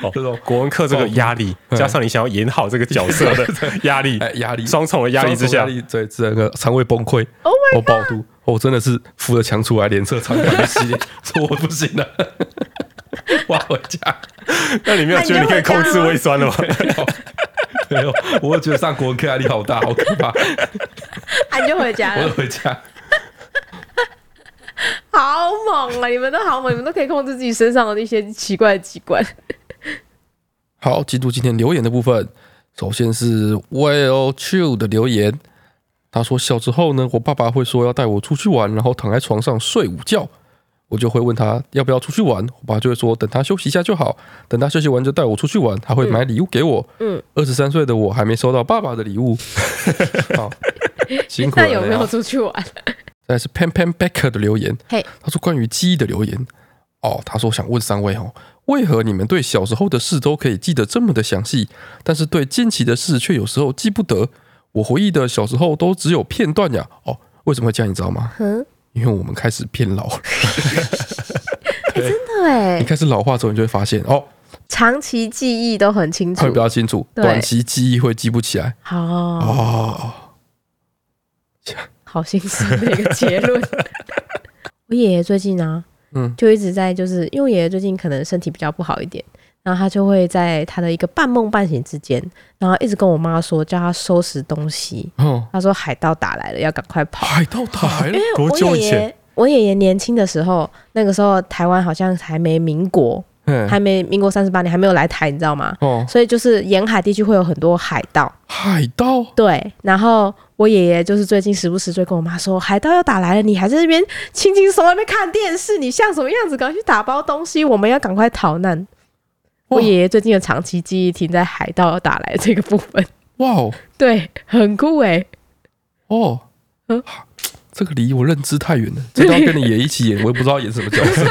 C: 哦
B: 这种嗯
C: 国文课这个压力，加上你想要演好这个角色的压力
B: 哎，压力
C: 双重的压力之下
B: 双重压，力对，这个肠胃崩溃，我暴吐，我真的是扶着墙出来，脸色苍白，洗脸，说 我不行了， 我要回家。
C: 那你没有
B: 哎
C: 觉得你可以控制胃酸 了吗？
B: 没有，哦我觉得上国文课压力好大，好可怕，
A: 啊，你就回家
B: 我要
A: 了，
B: 回家。
A: 好猛啊！你们都好猛，你们都可以控制自己身上的一些奇怪的器官。
B: 好，进入今天留言的部分。首先是 Well Chill 的留言，他说小时候呢，我爸爸会说要带我出去玩，然后躺在床上睡午觉。我就会问他要不要出去玩，我爸就会说等他休息一下就好，等他休息完就带我出去玩，他会买礼物给我。
A: 嗯，
B: 二十三岁的我还没收到爸爸的礼 物，好辛苦
A: 那
B: 了。哎
A: 有没有出去玩？
B: 再来是 Pan Pan Becker 的留言，
A: 嘿
B: 他说关于记忆的留言，哦，他说想问三位哦，为何你们对小时候的事都可以记得这么的详细，但是对近期的事却有时候记不得？我回忆的小时候都只有片段呀，哦，为什么会这样？你知道吗？
A: 嗯，
B: 因为我们开始变老了，
A: 真的哎
B: 你，开始老化之后，你就会发现哦，
A: 长期记忆都很清楚
B: 会。比较清楚，
A: 对
B: 短期记忆会记不起来
A: 好，
B: 哦。
A: 好心酸的一个结论。 我爷爷最近呢、
B: 嗯
A: 就一直在就是因为我爷爷最近可能身体比较不好一点，然后他就会在他的一个半梦半醒之间，然后一直跟我妈说叫他收拾东西，
B: 哦，
A: 他说海盗打来了，要赶快跑。
B: 海盗台了，
C: 多
A: 哎我
C: 久以
A: 爷
C: 前？
A: 爷，我爷爷年轻的时候，那个时候台湾好像还没民国，
B: 嗯
A: 还没民国三十八年还没有来台，你知道吗？
B: 哦，
A: 所以就是沿海地区会有很多海盗，
B: 海盗
A: 对。然后我爷爷就是最近时不时就跟我妈说，海盗要打来了，你还在那边轻轻松松在那边看电视，你像什么样子？赶快去打包东西，我们要赶快逃难。我爷爷最近的长期记忆停在海盗要打来这个部分，
B: 哇哦
A: 对，很酷欸诶、
B: 哦，
A: 嗯
B: 这个离我认知太远了，这道跟你演一起演，我也不知道演什么角色。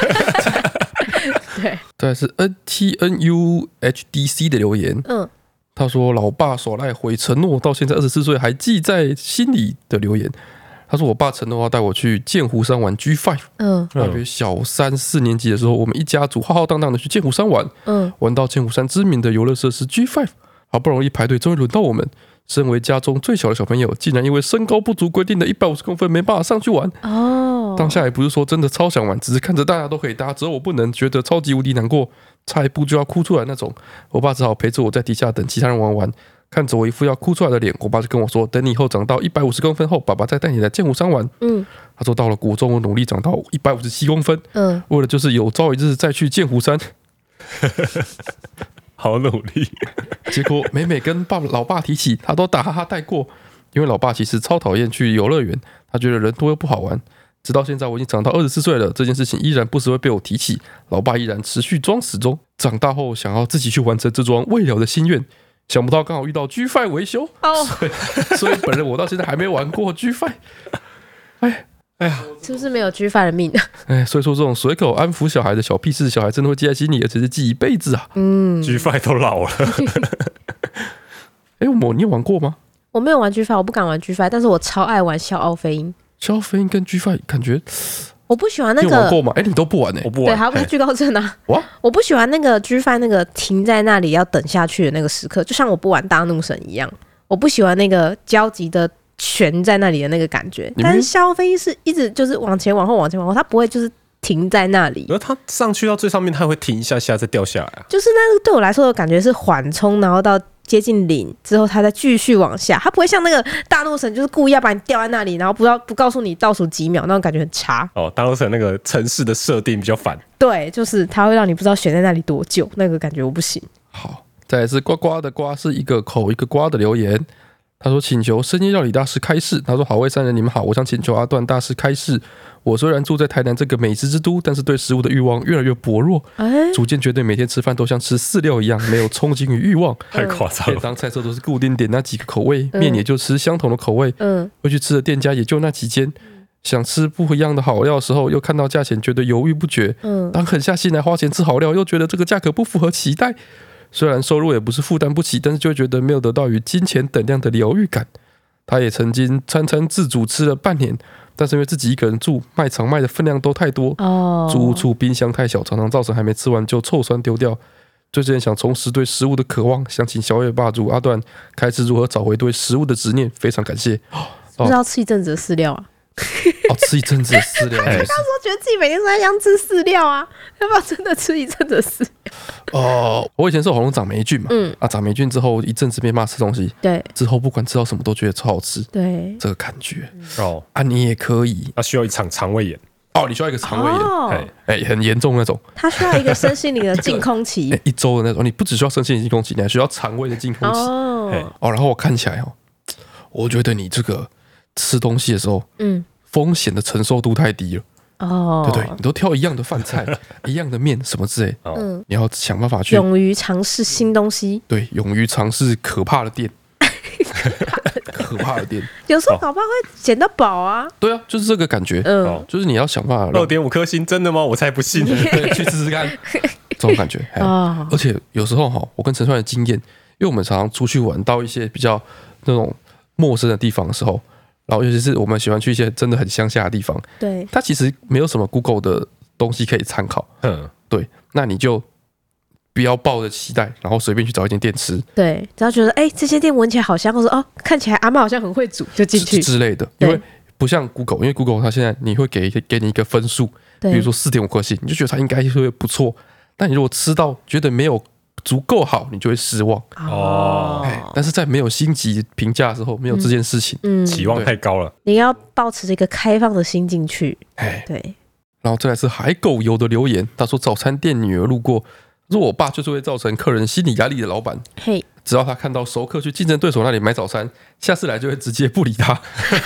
A: 对，
B: 对，是 N T N U H D C 的留言，
A: 嗯，
B: 他说：“老爸耍赖毁承诺，到现在二十四岁还记在心里的留言。”他说：“我爸承诺要带我去剑湖山玩 G Five。
A: 嗯
B: 大约小三四年级的时候，我们一家族浩浩荡荡的去剑湖山玩，
A: 嗯，
B: 玩到剑湖山知名的游乐设施 G Five，好不容易排队，终于轮到我们。身为家中最小的小朋友，竟然因为身高不足规定的一百五十公分没办法上去玩。
A: 哦，
B: 当下也不是说真的超想玩，只是看着大家都可以搭，只有我不能，觉得超级无敌难过，差一步就要哭出来那种。我爸只好陪着我在底下等其他人玩完，看着我一副要哭出来的脸，我爸就跟我说：“等你以后长到一百五十公分后，爸爸再带你来剑湖山玩。”
A: 嗯
B: 他说：“到了国中，我努力长到一百五十七公分，
A: 嗯，
B: 为了就是有朝一日再去剑湖山。
C: 好努力，
B: 结果每每跟爸老爸提起，他都打哈哈带过，因为老爸其实超讨厌去游乐园，他觉得人多又不好玩。直到现在我已经长到二十四岁了，这件事情依然不时会被我提起，老爸依然持续装死中。长大后想要自己去完成这桩未了的心愿，想不到刚好遇到 G Five 维修，
A: 哦，
B: 所以本人我到现在还没玩过 G Five。
A: 是不是没有举犯的命？
B: 哎，所以说这种随口安抚小孩的小屁事，小孩真的会记在心里，而且是记一辈子啊！
A: 嗯，
C: G Five 都老了，
B: 哎，我你有玩过吗？
A: 我没有玩 G f 我不敢玩 G f 但是我超爱玩笑傲飞鹰。
B: 消费跟 G Five 感觉
A: 我不喜欢那
B: 你有玩
A: 个
B: 过吗？哎，你都不玩哎、
C: 我不
A: 对，
C: 玩。
A: 还有不是
C: 嘿
A: 惧高症啊
B: 哇！
A: 我不喜欢那个 G f 那个停在那里要等下去的那个时刻，就像我不玩大怒神一样，我不喜欢那个焦急的悬在那里的那个感觉。
B: 你们
A: 但是肖飞鹰是一直就是往前往后往前往后，它不会就是停在那里，
C: 然后它上去到最上面，它会停一下下再掉下来啊。
A: 就是那个对我来说的感觉是缓冲，然后到接近零之后，它再继续往下，它不会像那个大怒神就是故意要把你吊在那里，然后不知道不告诉你倒数几秒，那种感觉很差。
C: 哦，大陆省那个城市的设定比较烦，
A: 对，就是它会让你不知道悬在那里多久，那个感觉我不行。
B: 好，再来是呱呱的呱是一个口一个呱的留言，他说请求深夜料理大师开示。他说好味三人你们好，我想请求阿段大师开示。我虽然住在台南这个美食之都，但是对食物的欲望越来越薄弱，
A: 哎、
B: 逐渐觉得每天吃饭都像吃饲料一样，没有憧憬与欲望。
C: 太
A: 嗯
C: 夸张
B: 便
C: 了。
B: 当菜色都是固定点那几个口味，面也就吃相同的口味，
A: 嗯，
B: 会去吃的店家也就那几间。想吃不一样的好料的时候，又看到价钱觉得犹豫不决，
A: 嗯
B: 当狠下心来花钱吃好料，又觉得这个价格不符合期待。虽然收入也不是负担不起，但是就会觉得没有得到与金钱等量的疗愈感。他也曾经餐餐自主吃了半年，但是因为自己一个人住，卖场卖的分量都太多，
A: 哦，
B: 租屋处冰箱太小，常常造成还没吃完就臭酸丢掉。最近想重拾对食物的渴望，想请小野霸主阿段开始如何找回对食物的执念。非常感谢。
A: 是不是要吃一阵子的饲料啊？
B: 哦，吃一阵子的饲料
C: 哎
A: 都觉得自己每天都在想吃饲料啊，要不要真的吃一阵子的饲？啊
B: 哦，我以前是喉咙长霉菌嘛，
A: 嗯，
B: 啊，长霉菌之后一阵子没办法吃东西，
A: 对
B: 之后不管吃到什么都觉得超好吃，
A: 对，
B: 这个感觉
C: 哦，
B: 啊，你也可以
C: 它需要一场肠胃炎。
B: 哦，你需要一个肠胃炎，
A: 哦
C: 哎，
B: 哎、很严重那种，
A: 它需要一个身心灵的净 空期
B: 哎、。一周的那种，你不只需要身心净空期，你还需要肠胃的净空期哦
A: 哦
C: 哎，
B: 然后我看起来哦，我觉得你这个吃东西的时候
A: 嗯，
B: 风险的承受度太低了，
A: 哦，
B: 对不对？你都挑一样的饭菜、一样的面什么之类，
C: 哦，
B: 你要想办法去
A: 勇于尝试新东西，
B: 对勇于尝试可怕的店，可怕的店，
A: 有时候
C: 哦
A: 搞不好会捡到宝啊。
B: 对啊，就是这个感觉，
A: 嗯，
C: 哦，
B: 就是你要想办法让
C: 二点五颗星，真的吗？我才不信。
B: 对，去试试看，这种感觉。哎
A: 哦
B: 而且有时候哈，我跟陈川的经验，因为我们常常出去玩到一些比较那种陌生的地方的时候，然后尤其是我们喜欢去一些真的很乡下的地方，
A: 对，
B: 它其实没有什么 Google 的东西可以参考。
C: 嗯，
B: 对，那你就不要抱着期待，然后随便去找一间店吃
A: 对，只要觉得哎、这些店闻起来好香，或者哦看起来阿妈好像很会煮，就进
B: 之
A: 去。
B: 之类的，
A: 对
B: 因为。不像 Google，因为 Google 它现在你会给给你一个分数，
A: 对，
B: 比如说四点五颗星，你就觉得它应该会不错。但你如果吃到觉得没有足够好，你就会失望。
A: 哦
B: 哎，但是在没有星级评价的时候，没有这件事情，
A: 嗯，
C: 期望太高了。
A: 你要保持一个开放的心进去。
B: 哎，
A: 对，
B: 然后再来是海狗油的留言，他说早餐店女儿路过，他说我爸就是会造成客人心理压力的老板，
A: 嘿，
B: 只要他看到熟客去竞争对手那里买早餐，下次来就会直接不理他。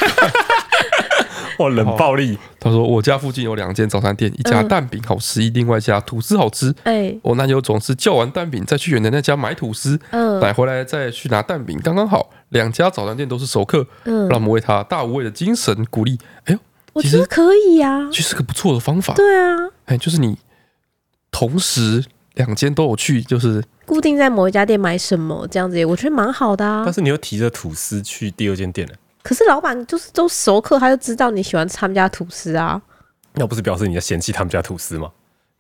C: 哇，冷暴
A: 哦
C: 力，
A: 啊
B: 他说我家附近有两间早餐店，一家
A: 嗯
B: 蛋饼好吃，另外一家吐司好吃。
A: 哎，
B: 我男友总是叫完蛋饼再去远的那家买吐司，
A: 嗯
B: 买回来再去拿蛋饼，刚刚好。两家早餐店都是熟客，
A: 嗯
B: 让，我们为他大无畏的精神鼓励。哎呦，
A: 我
B: 其
A: 觉得
B: 实
A: 可以呀，
B: 其实是个不错的方法。
A: 对啊，
B: 哎，就是你同时两间都有去，就是
A: 固定在某一家店买什么这样子也，我觉得蛮好的啊
C: 但。是你又提着吐司去第二间店了，
A: 可是老板就是都熟客，他就知道你喜欢他们家吐司啊。
C: 那不是表示你在嫌弃他们家吐司吗？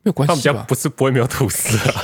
B: 没有关
C: 他们
B: 系
C: 家
B: 吧？
C: 不是不会没有吐司 啊，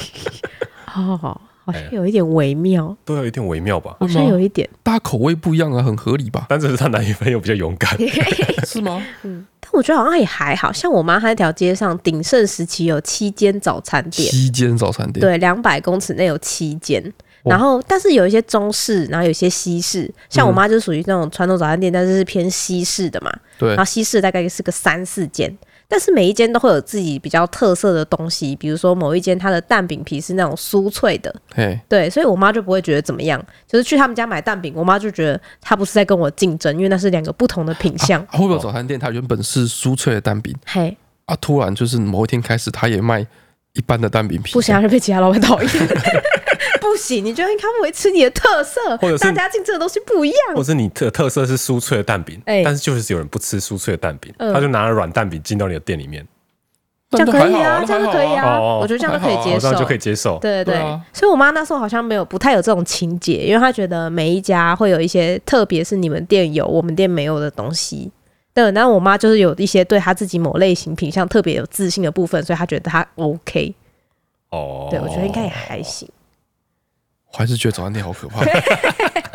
A: 哦，好
C: 哎
A: 像有一点微妙，
C: 都有一点微妙吧。？
A: 好像
B: 会吗
A: 有一点。
B: 大家口味不一样啊，很合理吧
C: 但只是她男女朋友比较勇
A: 哎
C: 敢，
B: 是吗？
A: 但我觉得好像也还好像我妈她那条街上鼎盛时期有七间早餐店，
B: 七间早餐店，，
A: 对，两百公尺内有七间。然后，但是有一些中式，然后有一些西式。像我妈就属于那种传统早餐店，但是是偏西式的嘛。
B: 对
A: 然后西式大概是个三四间，但是每一间都会有自己比较特色的东西，比如说某一间它的蛋饼皮是那种酥脆的，
B: 嘿，
A: 对，所以我妈就不会觉得怎么样。就是去他们家买蛋饼，我妈就觉得她不是在跟我竞争，因为那是两个不同的品相。
B: 啊会不会有早餐店它原本是酥脆的蛋饼
A: 嘿，
B: 啊，突然就是某一天开始，它也卖一般的蛋饼皮，
A: 不行，还是被其他老板讨厌。 不行，你就应该维持你的特色
C: 或者，是
A: 大家竞争的东西不一样。
C: 或者你的特色是酥脆的蛋饼，
A: 哎
C: 但是就是有人不吃酥脆的蛋饼，
A: 嗯
C: 他就拿了软蛋饼进到你的店里面，
B: 那
A: 这样
B: 就
A: 可以
B: 还好
A: 啊，
B: 那
A: 这样
B: 还
A: 就
B: 好
A: 可以啊，
C: 哦
A: 我觉得这样就可以接
C: 哦这
A: 受，
C: 样就可以接受。
A: 对
B: 对
A: 对对，
B: 啊
A: 所以我妈那时候好像没有不太有这种情节，因为她觉得每一家会有一些，特别是你们店有我们店没有的东西。对，然后我妈就是有一些对她自己某类型品相特别有自信的部分，所以她觉得她 OK。
C: 哦，
A: 对，我觉得应该也还行。
B: 我还是觉得早餐店好可怕。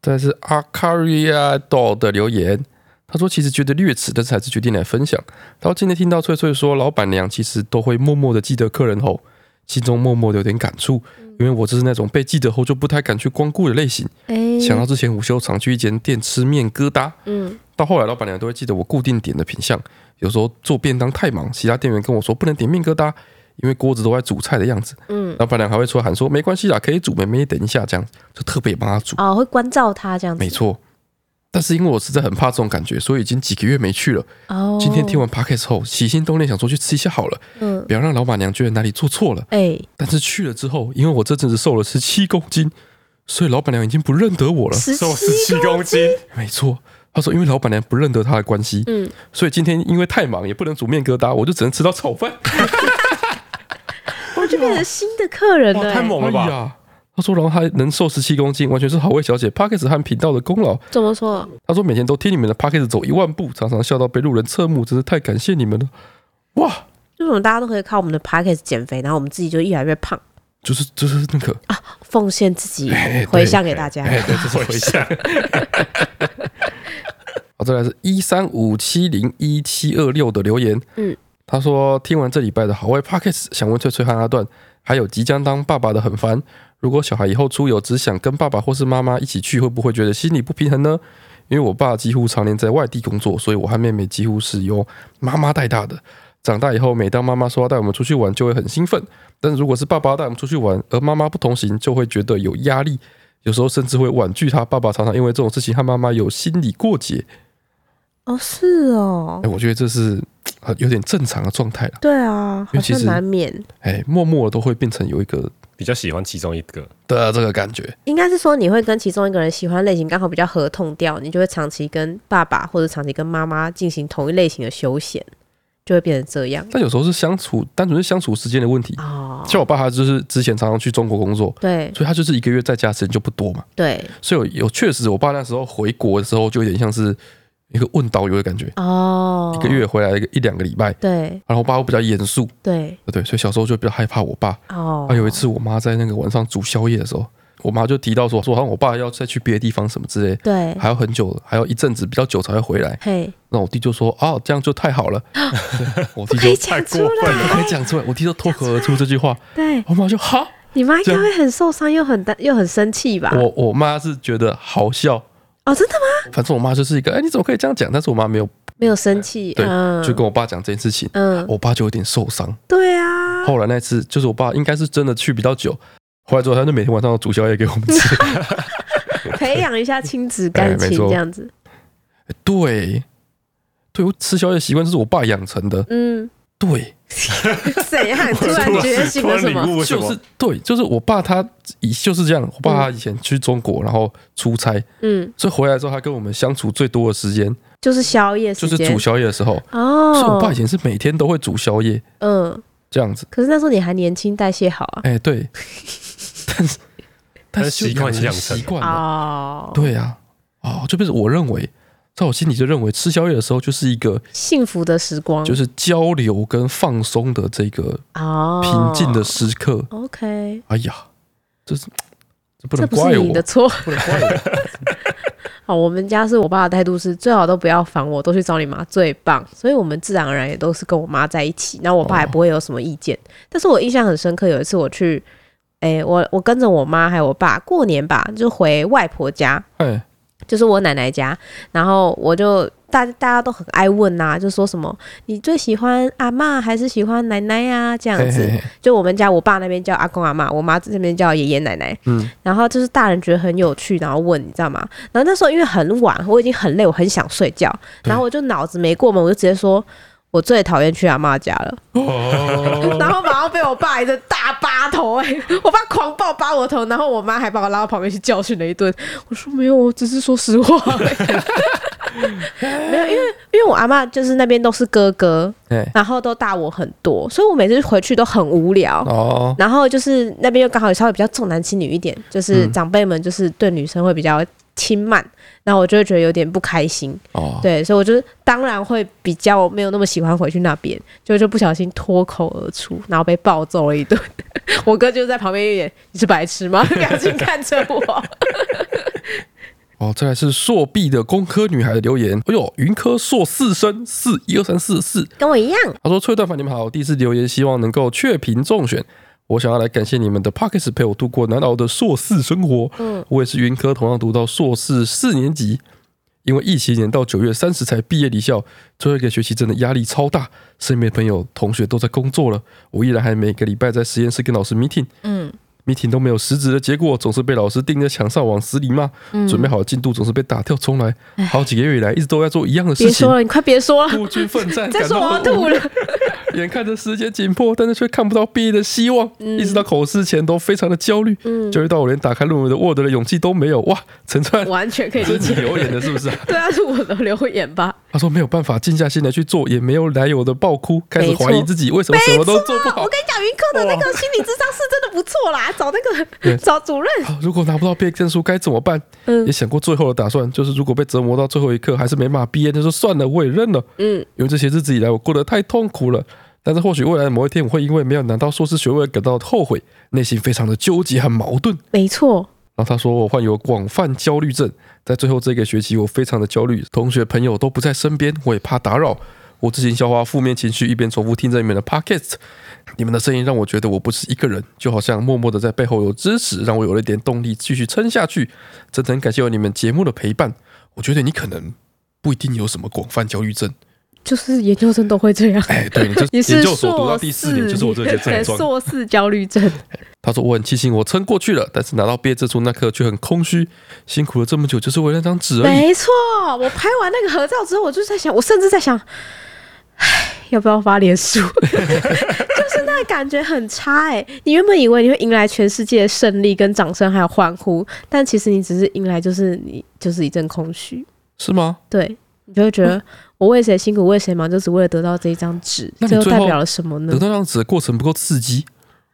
B: 但是阿卡瑞亚道的留言，他说其实觉得略迟，但是还是决定来分享。然后今天听到翠翠说，老板娘其实都会默默的记得客人后，心中默默的有点感触，因为我就是那种被记得后就不太敢去光顾的类型。
A: 哎、
B: 想到之前午休常去一间店吃面疙瘩，
A: 嗯，
B: 到后来老板娘都会记得我固定点的品相。有时候做便当太忙，其他店员跟我说不能点面疙瘩，因为锅子都在煮菜的样子。
A: 嗯，
B: 老板娘还会出来喊说没关系啦，可以煮，妹妹等一下这样，就特别帮她煮。
A: 哦，会关照她这样子。
B: 没，错，但是因为我实在很怕这种感觉，所以已经几个月没去了。
A: 哦，
B: 今天听，完 podcast 后，起心动念想说去吃一下好了，
A: 嗯，
B: 不要让老板娘觉得哪里做错了。
A: 哎、
B: 但是去了之后，因为我这阵子瘦了十七公斤，所以老板娘已经不认得呃我了。
A: 十
C: 瘦
A: 七
C: 十七公斤，
B: 没错，他说因为老板娘不认得他的关系，
A: 嗯，
B: 所以今天因为太忙也不能煮面疙瘩，我就只能吃到炒饭。
A: 我就变成新的客人了、
C: 哇太
A: 哎
C: 猛了吧
B: 哎呀他说，然后他能瘦十七公斤，完全是好味小姐 p a c k e s 和频道的功劳。
A: 怎么说？
B: 他说每天都听你们的 p a c k e s 走一万步，常常笑到被路人侧目，真是太感谢你们了。哇，
A: 为什么大家都可以靠我们的 p a c k a g e 减肥，然后我们自己就越来越胖？
B: 就是就是那个，
A: 奉献自己
B: 哎对
A: 回向给大家。
B: 哎， 对，这是回向。好，哦再来是一三五七零一七二六的留言。
A: 嗯，
B: 他说听完这礼拜的好味 Pockets，想问翠翠和阿段，还有即将当爸爸的很烦，如果小孩以后出游只想跟爸爸或是妈妈一起去，会不会觉得心里不平衡呢？因为我爸几乎常年在外地工作，所以我和妹妹几乎是由妈妈带大的。长大以后，每当妈妈说要带我们出去玩，就会很兴奋；但是如果是爸爸带我们出去玩，而妈妈不同行，就会觉得有压力。有时候甚至会婉拒他。爸爸常常因为这种事情和妈妈有心理过节。
A: 哦，是哦
B: 哎、，我觉得这是呃有点正常的状态了。
A: 对啊，
B: 因
A: 好
B: 为其
A: 像
B: 实
A: 难免。
B: 哎、默默的都会变成有一个
C: 比较喜欢其中一个，
B: 的这个感觉。
A: 应该是说你会跟其中一个人喜欢类型刚好比较合同调，你就会长期跟爸爸或者长期跟妈妈进行同一类型的休闲，就会变成这样。
B: 但有时候是相处，单纯是相处时间的问题。
A: 哦，
B: 像我爸他就是之前常常去中国工作，
A: 对
B: 所以他就是一个月在家时间就不多嘛。
A: 对，
B: 所以有有确实，我爸那时候回国的时候就有点像是一个问导游的感觉，
A: 哦，
B: 一个，月回来一个一两个礼拜。
A: 对
B: 然后我爸会比较严肃，
A: 对，
B: 对，所以小时候就比较害怕我爸。
A: 哦，
B: 啊，有一次我妈在那个晚上煮宵夜的时候，我妈就提到说，说好像我爸要再去别的地方什么之类，
A: 对，
B: 还要很久，还要一阵子比较久才会回来。
A: 嘿，
B: 那我弟就说啊，这样就太好了。 对我弟
A: 可
B: 就
A: 以讲出来，
B: 可以讲出来，我弟就脱口而出这句话，
A: 对
B: 我妈就哈，
A: 你妈应该
B: 这样
A: 会很受伤，又很担又很生气吧？
B: 我我妈是觉得好笑，
A: 哦，真的吗？
B: 反正我妈就是一个，哎，你怎么可以这样讲？但是我妈没有
A: 没有生气，
B: 对
A: 嗯，
B: 就跟我哦爸讲这件事情，
A: 嗯，
B: 我爸就有点受伤。
A: 对啊，
B: 后来那次就是我爸应该是真的去比较久，回来之后，他就每天晚上都煮宵夜给我们吃。
A: 培养一下亲子感
B: 哎
A: 情
B: 没错
A: 这样子。
B: 对，对我吃宵夜的习惯就是我爸养成的。
A: 嗯，
B: 对，
A: 怎样？突然
C: 突然
A: 觉醒了什
C: 突然
A: 么？
C: 领悟了什
B: 就
C: 么
B: 是对，就是我爸他以就是这样。我爸他以前去中国，然后出差，
A: 嗯，
B: 所以回来之后，他跟我们相处最多的时间
A: 就是宵夜
B: 就
A: 时
B: 是
A: 间
B: 煮宵夜的时候。所以我爸
A: 哦
B: 以。前是每天都会煮宵夜
A: 嗯，
B: 这样子。
A: 可是那时候你还年轻，代谢好啊。
B: 哎、 对，但是但
C: 但是
B: 是
C: 习惯
B: 就
C: 是养
B: 养成
C: 成
B: 习
C: 的
B: 惯了。
A: 哦，
B: 对啊，哦，就变成我认为，在我心里就认为吃宵夜的时候就是一个
A: 幸福的时光
B: 就是交流跟放松的这个
A: 哦，
B: 平静的时刻。
A: OK，
B: 哎呀，这是这不
A: 这
B: 能
A: 不是
B: 怪
A: 你
B: 我
A: 的，错。
B: 不能怪我。
A: 好，我们家是我爸的态度是最好都不要烦我，都去找你妈最棒，所以我们自然而然也都是跟我妈在一起，那我爸
B: 哦
A: 也不会有什么意见。但是我印象很深刻，有一次我去，诶，我我跟着我妈还有我爸过年吧，就回外婆家，
B: 哎，
A: 就是我奶奶家，然后我就大大家都很爱问呐、就说什么你最喜欢阿嬷还是喜欢奶奶呀、这样
B: 嘿
A: 子。
B: 嘿嘿，
A: 就我们家我爸那边叫阿公阿妈，我妈这边叫爷爷奶奶。
B: 嗯，
A: 然后就是大人觉得很有趣，然后问你知道吗？然后那时候因为很晚，我已经很累，我很想睡觉，
B: 对
A: 然后我就脑子没过门，我就直接说。我最讨厌去阿妈家了，
B: 哦
A: 然后马上被我爸一个大巴头、哎，我爸狂暴扒我头，然后我妈还把我拉到旁边去教训了一顿。我说没有，我只是说 实话、哎没有，因为因为我阿妈就是那边都是哥哥，
B: 哎，
A: 然后都大我很多，所以我每次回去都很无聊。
B: 哦，
A: 然后就是那边又刚好稍微比较重男轻女一点，就是
B: 嗯
A: 长辈们就是对女生会比较轻慢，然后我就会觉得有点不开心，
B: 哦，
A: 对，所以我就是当然会比较没有那么喜欢回去那边，就就不小心脱口而出，然后被暴揍了一顿。 我哥就在旁边一脸你是白痴吗？表情看着 我，
B: 哦，再来是硕毕的工科女孩的留言。哎呦，云科硕四生四一二三四四，
A: 跟我一样，
B: 他说：“崔段凡，你们好，第一次留言，希望能够确评中选。我想要来感谢你们的 Pockets 陪我度过难熬的硕士生活。
A: 嗯，
B: 我也是云科，同样读到硕士四年级，因为疫情延到九月三十才毕业离校，最后一个学期真的压力超大，身边朋友同学都在工作了，我依然还每个礼拜在实验室跟老师 meeting。
A: 嗯
B: meeting 都没有实质的结果，总是被老师盯着墙上往死里骂。准备好的进度总是被打掉重来，好几个月以来一直都在做一样的事
A: 别
B: 情
A: 说。了，你快 别说了，
B: 孤军奋战，
A: 再
B: 感
A: 说
B: 到
A: 我
B: 很
A: 要
B: 无
A: 吐了。
B: 眼看着时间紧迫，但是却看不到毕业的希望，一直到口试前都非常的焦虑，
A: 嗯
B: 焦虑到我连打开论文的 Word 的勇气都没有。哇，陈川，
A: 完全可以
B: 这
A: 理
B: 是你
A: 解，
B: 留言的是不是啊、
A: 对啊，是我的留言吧？
B: 他说没有办法静下心来去做，也没有来由的爆哭，开始怀疑自己为什么什么都做不好
A: 我。跟哎你讲，云科的那个心理智商是真的不错啦，找那个
B: 对
A: 找主任，
B: 啊如果拿不到毕业证书该怎么办？
A: 嗯
B: 也想过最后的打算，就是如果被折磨到最后一刻还是没办法毕业，那就算了，我也认了。
A: 嗯，
B: 因为这些日子以来我过得太痛苦了。但是或许未来某一天，我会因为没有拿到硕士学位而感到后悔，内心非常的纠结和矛盾。
A: 没错，
B: 然后他说我患有广泛焦虑症，在最后这个学期我非常的焦虑，同学朋友都不在身边，我也怕打扰。我自行消化负面情绪，一边重复听着你们的 podcast，你们的声音让我觉得我不是一个人，就好像默默的在背后有支持，让我有了一点动力继续撑下去。真的很感谢有你们节目的陪伴。我觉得你可能不一定有什么广泛焦虑症，
A: 就是研究生都会这样。
B: 哎，对，你就
A: 你是
B: 研究所读
A: 硕
B: 到
A: 士，
B: 第四年就是我这些症状。
A: 硕士焦 虑症，
B: 他说：“我很庆幸我撑过去了，但是拿到毕业证书那刻却很空虚，辛苦了这么久，就是为了那张纸而已。
A: 没错。我拍完那个合照之后，我就在想，我甚至在想， 唉，要不要发脸书？ 就是那个感觉很差哎、你原本以为你会迎来全世界的胜利、跟掌声还有欢呼，但其实你只是迎来就是你就是一阵空虚。
B: 是吗？
A: 对你就会
B: 哦
A: 觉得我为谁辛苦为谁忙，就只为了得到这一张纸，
B: 那你
A: 最后
B: 最
A: 代
B: 后
A: 表了什么呢
B: 得？到那张纸的过程不够刺激，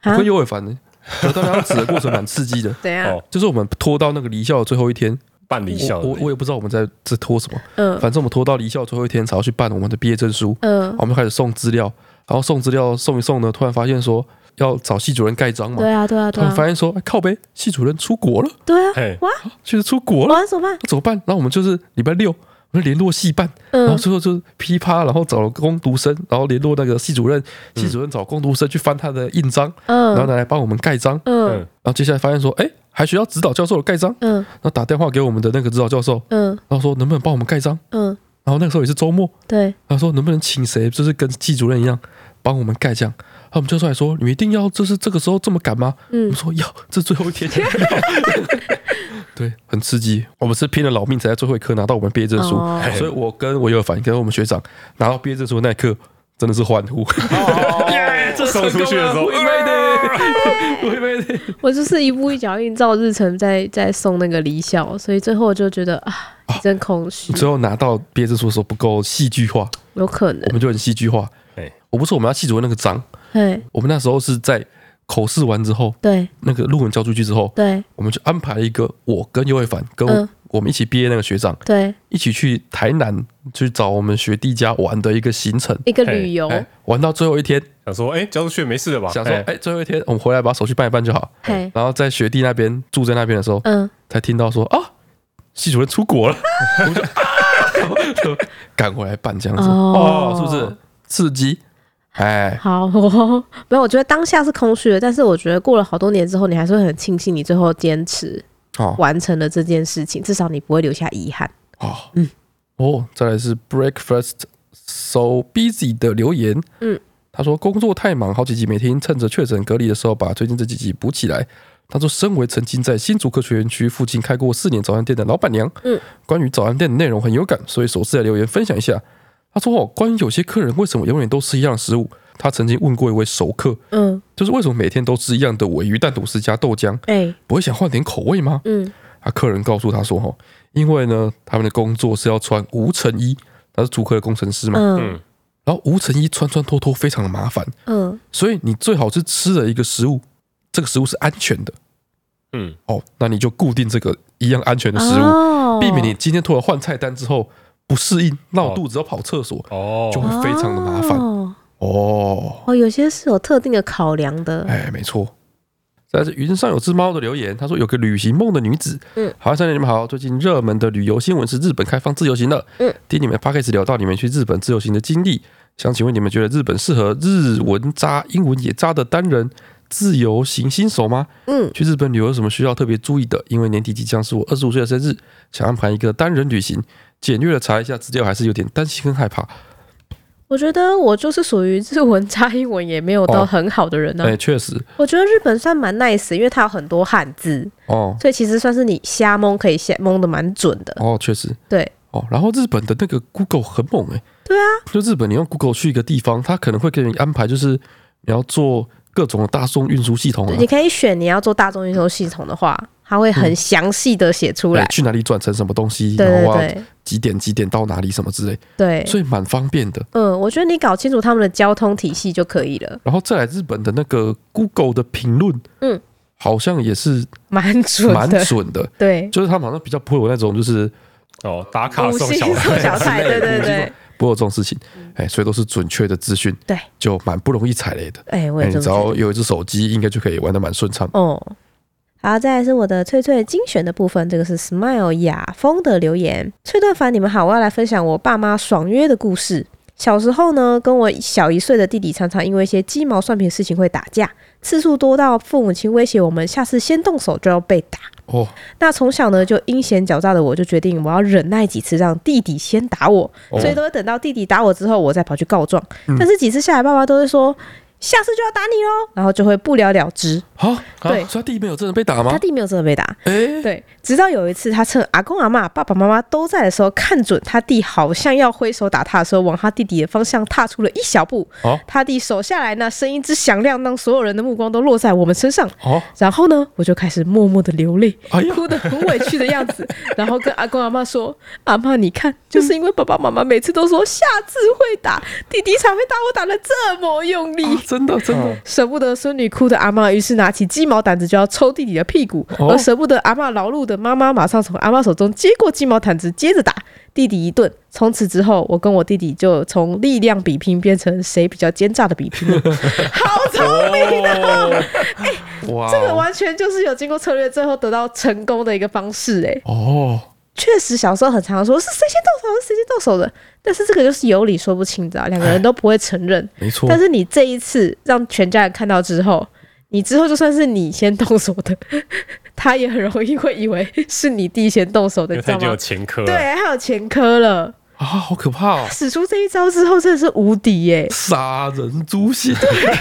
B: 我
A: 啊。
B: 跟，尤伟凡呢，得到那张纸的过程蛮刺激的
A: 怎样？
C: 哦，
B: 就是我们拖到那个离校的最后一天，
C: 办理校
B: 我我我也不知道我们在在拖什么，
A: 嗯
B: 反正我们拖到离校最后一天才要去办我们的毕业证书，
A: 嗯，
B: 我们开始送资料，然后送资料送一送呢，突然发现说要找系主任盖章嘛，
A: 对啊对啊
B: 突
A: 对
B: 然发哎
A: 啊
B: 现说哎靠呗，系主任出国了，
A: 对啊，
C: 嘿，
A: 哇，
B: 确实出国了，
A: 我要怎么办？
B: 那怎么办？然后我们就是礼拜六。我们就联络系办，然后
A: 嗯，
B: 最后就是噼啪，然后找了工读生，然后联络那个系主任，系主任找工读生去翻他的印章，然后
A: 嗯
B: 拿来帮我们盖章，
A: 嗯
B: 然后接下来发现说，哎，还需要指导教授的盖章，
A: 嗯
B: 然后打电话给我们的那个指导教授，
A: 嗯
B: 然后说能不能帮我们盖章？
A: 嗯，
B: 然后那个时候也是周末，
A: 对，
B: 然后说能不能请谁，就是跟季主任一样帮我们盖这样。他们教授还说：“你们一定要就是这个时候这么赶吗？”我
A: 嗯
B: 们，说：“要，这最后一天要。”对，很刺激。我们是拼了老命才在最后一刻拿到我们毕业证书，
A: 哦
B: 所以我跟我有反跟我们学长拿到毕业证书的那一刻，真的是欢呼。
A: 哦
B: 耶，这
C: 送出去的时候
B: 我 made it，我 made it。
A: 我就是一步一脚印照日程在在送那个离校，所以最后我就觉得啊，真空虚
B: 你，最后拿到毕业证书的时候不够戏剧化，
A: 有可能
B: 我，们就很戏剧化
C: 哎。
B: 我不是我们要细读那个章，
A: 对
B: 我们那时候是在口试完之后，
A: 对
B: 那个论文交出去之后，
A: 对
B: 我们就安排一个我跟尤伟凡跟我,、
A: 嗯
B: 我们一起毕业那个学长
A: 对，
B: 一起去台南去找我们学弟家玩的一个行程。
A: 一个
C: 嘿
A: 旅游，
B: 哎、玩到最后一天，
C: 想说，哎，交出去没事了吧？
B: 想说，哎、
C: 哎
B: 最后一天我们回来把手续办一办就好。
A: 嘿，
B: 然后在学弟那边住在那边的时候，
A: 嗯，
B: 才听到说啊，系主任出国了， 我们就啊， 赶回来办这样子，
A: 哦
B: 哦，是不是刺激？哎，
A: 好哦， 没有，我觉得当下是空虚的，但是我觉得过了好多年之后，你还是会很庆幸你最后坚持
B: 哦
A: 完成了这件事情，至少你不会留下遗憾。
B: 哦，
A: 嗯
B: 哦，再来是 Breakfast So Busy 的留言，
A: 嗯，
B: 他说工作太忙，好几集没听，趁着确诊隔离的时候把最近这几集补起来。他说，身为曾经在新竹科学园区附近开过四年早餐店的老板娘，
A: 嗯，
B: 关于早餐店的内容很有感，所以首次来留言分享一下。他说哦，关于有些客人为什么永远都吃一样的食物，他曾经问过一位熟客，
A: 嗯，
B: 就是为什么每天都吃一样的尾鱼蛋吐司加豆浆，
A: 哎、
B: 不会想换点口味吗？
A: 嗯，
B: 啊，客人告诉他说，哈，因为呢，他们的工作是要穿无尘衣，他是主科的工程师嘛，
A: 嗯
C: 嗯，
B: 然后无尘衣穿穿脱脱非常的麻烦，
A: 嗯，
B: 所以你最好是吃了一个食物，这个食物是安全的
C: 嗯，
B: 哦，那你就固定这个一样安全的食物，
A: 哦
B: 避免你今天突然换菜单之后不适应，闹肚子要跑厕所
C: 哦
B: 就，会非常的麻烦
A: 哦。
B: 哦，
A: 哦，有些是有特定的考量的。
B: 哎，没错。再来是云上有只猫的留言，他说有个旅行梦的女子，
A: 嗯，
B: 好，三姐你们好，最近热门的旅游新闻是日本开放自由行了，
A: 嗯，
B: 听你们 p o d c a s 聊到你们去日本自由行的经历，想请问你们觉得日本适合日文渣、英文也渣的单人自由行新手吗？
A: 嗯，
B: 去日本旅游有什么需要特别注意的？因为年底即将是我二十五岁的生日，想安排一个单人旅行，简略的查一下资料，还是有点担心跟害怕。
A: 我觉得我就是属于日文差英文也没有到
B: 哦
A: 很好的人呢、啊
B: 哎，确实，
A: 我觉得日本算蛮 nice，因为它有很多汉字，
B: 哦，
A: 所以其实算是你瞎蒙可以瞎蒙的蛮准的。
B: 哦，确实，
A: 对，
B: 哦，然后日本的那个 Google 很猛哎、
A: 对啊，
B: 就日本你用 Google 去一个地方，它可能会给你安排，就是你要做各种的大众运输系统啊
A: 你，可以选你要做大众运输系统的话，它会很详细的写出
B: 嗯
A: 来
B: 哎。去哪里转成什么东西，
A: 对
B: 然后我
A: 对
B: 要几点几点到哪里什么之类，
A: 对对，
B: 所以蛮方便的。
A: 嗯，我觉得你搞清楚他们的交通体系就可以了，
B: 然后再来日本的那个 Google 的评论，
A: 嗯，
B: 好像也是
A: 蛮准
B: 蛮
A: 的。
B: 准的，
A: 对，
B: 就是他们好像比较不会有那种就是
C: 哦，打卡
A: 五
C: 送
A: 星
C: 小
A: 送
C: 孩，
A: 小菜，对对对。
B: 不会有这种事情，哎，所以都是准确的资讯，
A: 嗯对，
B: 就蛮不容易踩雷的。
A: 哎，我
B: 哎
A: 也
B: 你
A: 这么
B: 只
A: 觉
B: 要
A: 得。
B: 有一只手机，应该就可以玩的蛮顺畅。
A: 哦，好，再来是我的翠翠精选的部分，这个是 Smile 雅风的留言。翠翠凡，你们好，我要来分享我爸妈爽约的故事。小时候呢，跟我小一岁的弟弟常常因为一些鸡毛蒜皮的事情会打架，次数多到父母亲威胁我们，下次先动手就要被打。
B: 哦，
A: 那从小呢就阴险狡诈的我，就决定我要忍耐几次，让弟弟先打我，所以都会等到弟弟打我之后，我再跑去告状。但是几次下来，爸爸都会说下次就要打你喽，然后就会不了了之。
B: 啊，
A: 对
B: 啊所以他弟没有真的被打 吗
A: 他？弟没有真的被打，
B: 哎，
A: 对，直到有一次，他趁阿公阿妈、爸爸妈妈都在的时候，看准他弟好像要挥手打他的时候，往他弟弟的方向踏出了一小步。
B: 哦
A: 他弟手下来，那声音之响亮，让所有人的目光都落在我们身上。
B: 哦，
A: 然后呢，我就开始默默的流泪，
B: 哎呀，
A: 哭得很委屈的样子，然后跟阿公阿妈说：“阿妈，你看，就是因为爸爸妈妈每次都说下次会打，弟弟才会打我打的这么用力。
B: 啊真的真的，
A: 舍不得孙女哭的阿妈，于是拿起鸡毛掸子就要抽弟弟的屁股，
B: 哦
A: 而舍不得阿妈劳碌的妈妈，马上从阿妈手中接过鸡毛掸子，接着打弟弟一顿。从此之后，我跟我弟弟就从力量比拼变成谁比较奸诈的比 拼了。好聪明哦！ 哎
B: 哇哦，
A: 这个完全就是有经过策略，最后得到成功的一个方式。哎，
B: 哦，
A: 确实小时候很常说是谁先动手，是谁先动手的，但是这个就是有理说不清的，啊两个人都不会承认。
B: 没错
A: 但，是你这一次让全家人看到之后，你之后就算是你先动手的， 他也很容易会以为是你弟先动手的，
C: 因
A: 你
C: 为
A: 知
C: 他已
A: 道
C: 经有前
A: 吗？
C: 科
A: 对，
C: 了，
A: 还有前科了。
B: 啊，好可怕哦！
A: 使出这一招之后，真的是无敌耶、
B: 杀人诛心，
A: 超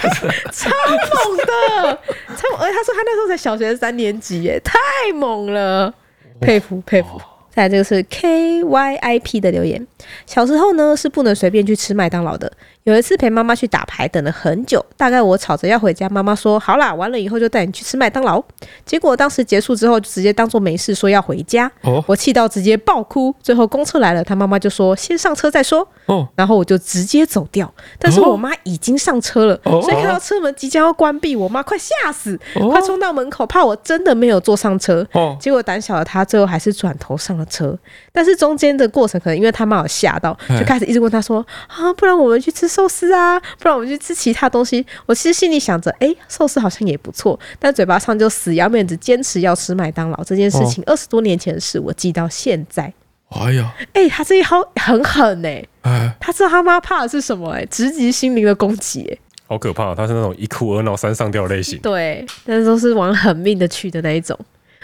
A: 猛的，超猛！而且他说他那时候才小学三年级耶，太猛了，佩服佩服。再来这个是 K Y I P 的留言，小时候呢是不能随便去吃麦当劳的。有一次陪妈妈去打牌，等了很久，大概我吵着要回家，妈妈说好啦，完了以后就带你去吃麦当劳。结果当时结束之后，就直接当做没事说要回家，
B: 哦
A: 我气到直接爆哭。最后公车来了，他妈妈就说先上车再说。
B: 哦，
A: 然后我就直接走掉。但是
B: 哦
A: 我妈已经上车了，
B: 哦
A: 所以看到车门即将要关闭，我妈快吓死，
B: 哦
A: 快冲到门口，怕我真的没有坐上车。
B: 哦
A: 结果胆小的她最后还是转头上了车，但是中间的过程可能因为她妈有吓到，
B: 哎
A: 就开始一直问她说啊，不然我们去吃寿司啊，不然我们去吃其他东西。我其实心里想着，哎，寿司好像也不错，但嘴巴上就死要面子，坚持要吃麦当劳这件事情，二十、多年前的事，我记到现在。
B: 哎呀，
A: 哎，她这一号很狠哎、
B: 哎，
A: 他知道他妈怕的是什么、欸，哎，直击心灵的攻击、欸，
C: 好可怕！他是那种一哭二闹三上吊的类型。
A: 对，但是都是往狠命的去的那一种。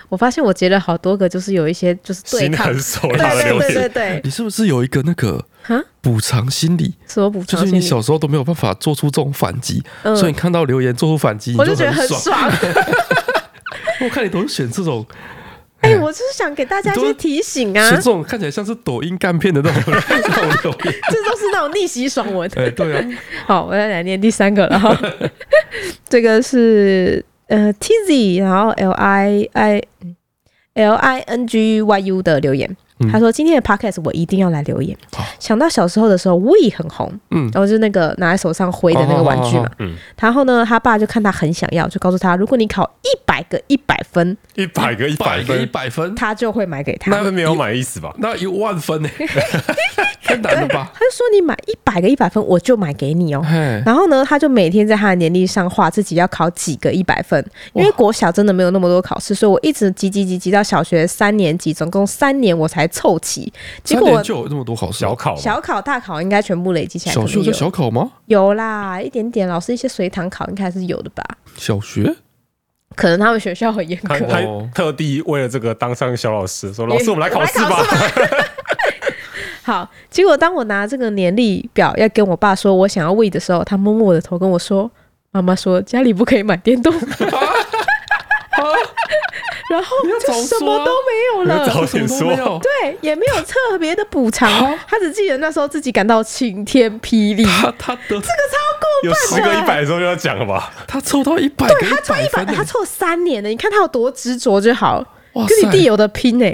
A: 我发现我截了好多个，就是有一些就是对
C: 心
A: 抗，
C: 狠
A: 对
C: 手辣的
A: 对
C: 留
A: 对对
C: 言，
A: 对，
B: 你是不是有一个那个
A: 哈
B: 补偿心理？
A: 什么补
B: 就
A: 偿
B: 是
A: 心
B: 你
A: 理？
B: 小时候都没有办法做出这种反击，
A: 嗯
B: 所以你看到留言做出反击，你
A: 我就觉得很
B: 很。
A: 爽，
B: 我看你都是选这种，
A: 哎、我就是想给大家一些提醒啊
B: 选，这种看起来像是抖音干片的那 种那种留言。
A: 这都是那种逆袭爽文。
B: 哎，对啊，
A: 好，我再来念第三个 了哈。这个是呃 Tizzy，然后 L I I L I N G Y U 的留言，
B: 嗯
A: 他说今天的 podcast 我一定要来留言。
B: 好
A: 想到小时候的时候，We 很红，
B: 嗯，
A: 然后就是那个拿在手上挥的那个玩具嘛。
B: 哦
C: 嗯，
A: 然后呢，他爸就看他很想要，就告诉他，如果你考一百个一百分，
C: 一百个一百
B: 百个一
C: 分，
B: 百分，
A: 他就会买给他。
C: 他们没有买意思吧？
B: 那一万分 呢？太难了吧？
A: 他就说你买一百个一百分，我就买给你哦。
B: 哎，
A: 然后呢，他就每天在他的年历上画自己要考几个一百分，因为国小真的没有那么多考试，所以我一直急急急急到小学三年级，总共三年我才凑齐。结
B: 三
A: 果
B: 年
A: 我
B: 就有那么多考试
C: 小
B: 啊，
C: 考嘛，
A: 小考、大考应该全部累积起来，
B: 小
A: 可
B: 学
A: 能
B: 就
A: 有
B: 小考吗？
A: 有啦，一点点。老师一些随堂考应该还是有的吧？
B: 小学
A: 可能他们学校很严格
C: 他，他
B: 哦
C: 特地为了这个当上小老师， 说老师我们来考试
A: 我
C: 吧。
A: 好，结果当我拿这个年历表要跟我爸说我想要喂的时候，他摸摸我的头跟我说：“妈妈说家里不可以买电动。” 然后就
B: 啊
A: 什么都没有
C: 你要
A: 了，
C: 早点
B: 什么都没
C: 说，
B: 有，
A: 对，也没有特别的补偿，他只记得那时候自己感到晴天霹 雳。
B: 他他得
C: 有十个一百的时候就要讲了吧？
B: 他凑到一百个一百
A: 一百，
B: 分
A: 他
B: 呢，
A: 凑三年了，你看他有多执着就好，
B: 哇
A: 跟你弟
B: 塞，
A: 有的拼哎、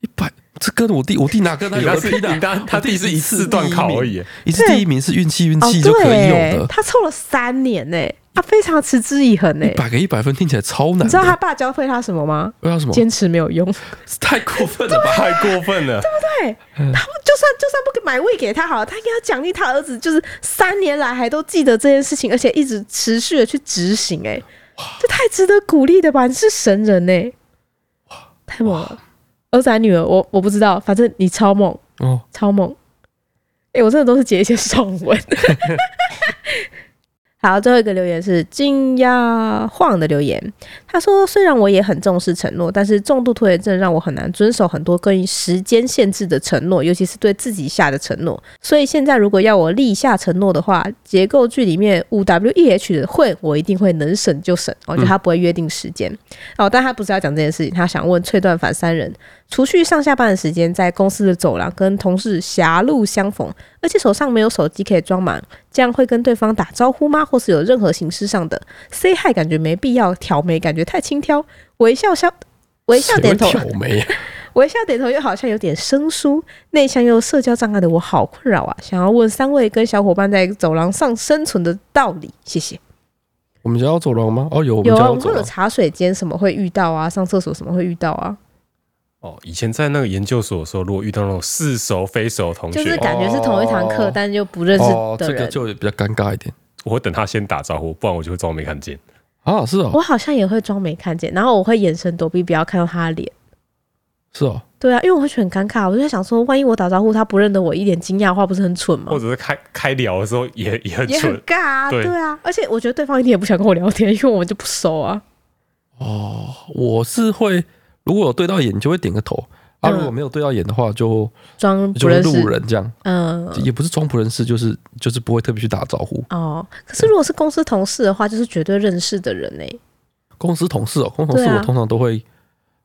B: 一百，这跟我弟我弟哪跟他
C: 你
B: 有
C: 那
B: 的
C: 是
B: 拼
C: 你
B: 的？
C: 那他
B: 我
C: 弟是一次段
B: 第一
C: 考
B: 名
C: 而已，
B: 一次
A: 对
B: 第一名是运气运
A: 哦，
B: 气就可以
A: 对
B: 有的，
A: 他凑了三年哎、他非常持之以恒哎、
B: 一百个一百分听起来超难的。
A: 你知道他爸教会他什么吗？
B: 为什么？
A: 坚持没有用。
B: 太过分了吧？
C: 太过分了。
A: 他们就算就算不买位给他好了，他应该要奖励他儿子，就是三年来还都记得这件事情，而且一直持续的去执行、哎，这太值得鼓励的吧？你是神人哎、太猛了！儿子还女儿，我我不知道，反正你超猛，
B: 哦，
A: 超猛！哎、我真的都是截一些爽文。好，最后一个留言是金鸭晃的留言。他说：“虽然我也很重视承诺，但是重度拖延症让我很难遵守很多关于时间限制的承诺，尤其是对自己下的承诺。所以现在如果要我立下承诺的话，结构句里面五 W E H 的会，我一定会能省就省。我觉得他不会约定时间、哦，但他不是要讲这件事情，他想问翠断反三人，除去上下班的时间，在公司的走廊跟同事狭路相逢，而且手上没有手机可以装满，这样会跟对方打招呼吗？或是有任何形式上的 say hi 感觉没必要，挑眉感觉太轻佻，微笑笑微笑点头
B: 谁，会挑眉，啊
A: 微笑点头又好像有点生疏，内向又社交障碍的我好困扰啊！想要问三位跟小伙伴在走廊上生存的道理，谢谢。
B: 我们家要走廊吗？哦，有，我们
A: 有
B: 家
A: 啊，
B: 要
A: 我们
B: 走
A: 会有
B: 廊。
A: 茶水间什么会遇到啊，上厕所什么会遇到啊，
C: 哦，以前在那个研究所的时候，如果遇到那种似熟非熟的同
A: 就是
C: 学，
A: 感觉是同一堂课，
B: 哦
A: 但又不认识
B: 哦，
A: 的
B: 这
A: 人。
B: 个就比较尴尬一点
C: 我会等他先打招呼，不然我就会装没看见。
B: 啊。是哦，
A: 我好像也会装没看见，然后我会眼神躲避，不要看到他的脸。
B: 是哦，
A: 对啊，因为我会觉得很尴尬，我就在想说，万一我打招呼他不认得我，一脸惊讶的话，不是很蠢吗
B: 哦
C: 或？者是开开聊的时候也也很
A: 哦也很
C: 蠢，
A: 尬啊，
C: 对
A: 对啊，而且我觉得对方一定也不想跟我聊天，因为我们就不熟啊。
B: 哦，我是会，如果有对到眼就会点个头啊，如果
A: 嗯
B: 没有对到眼的话，就
E: 装不
B: 就是
E: 认识
B: 路，人这样，
E: 嗯，
B: 也不是装不认识，就是就是不会特别去打招呼。
E: 哦，可是如果是公司同事的话，就是绝对认识的人哎、
B: 公司同事哦，公司同
E: 对
B: 事
E: 啊，
B: 我通常都会，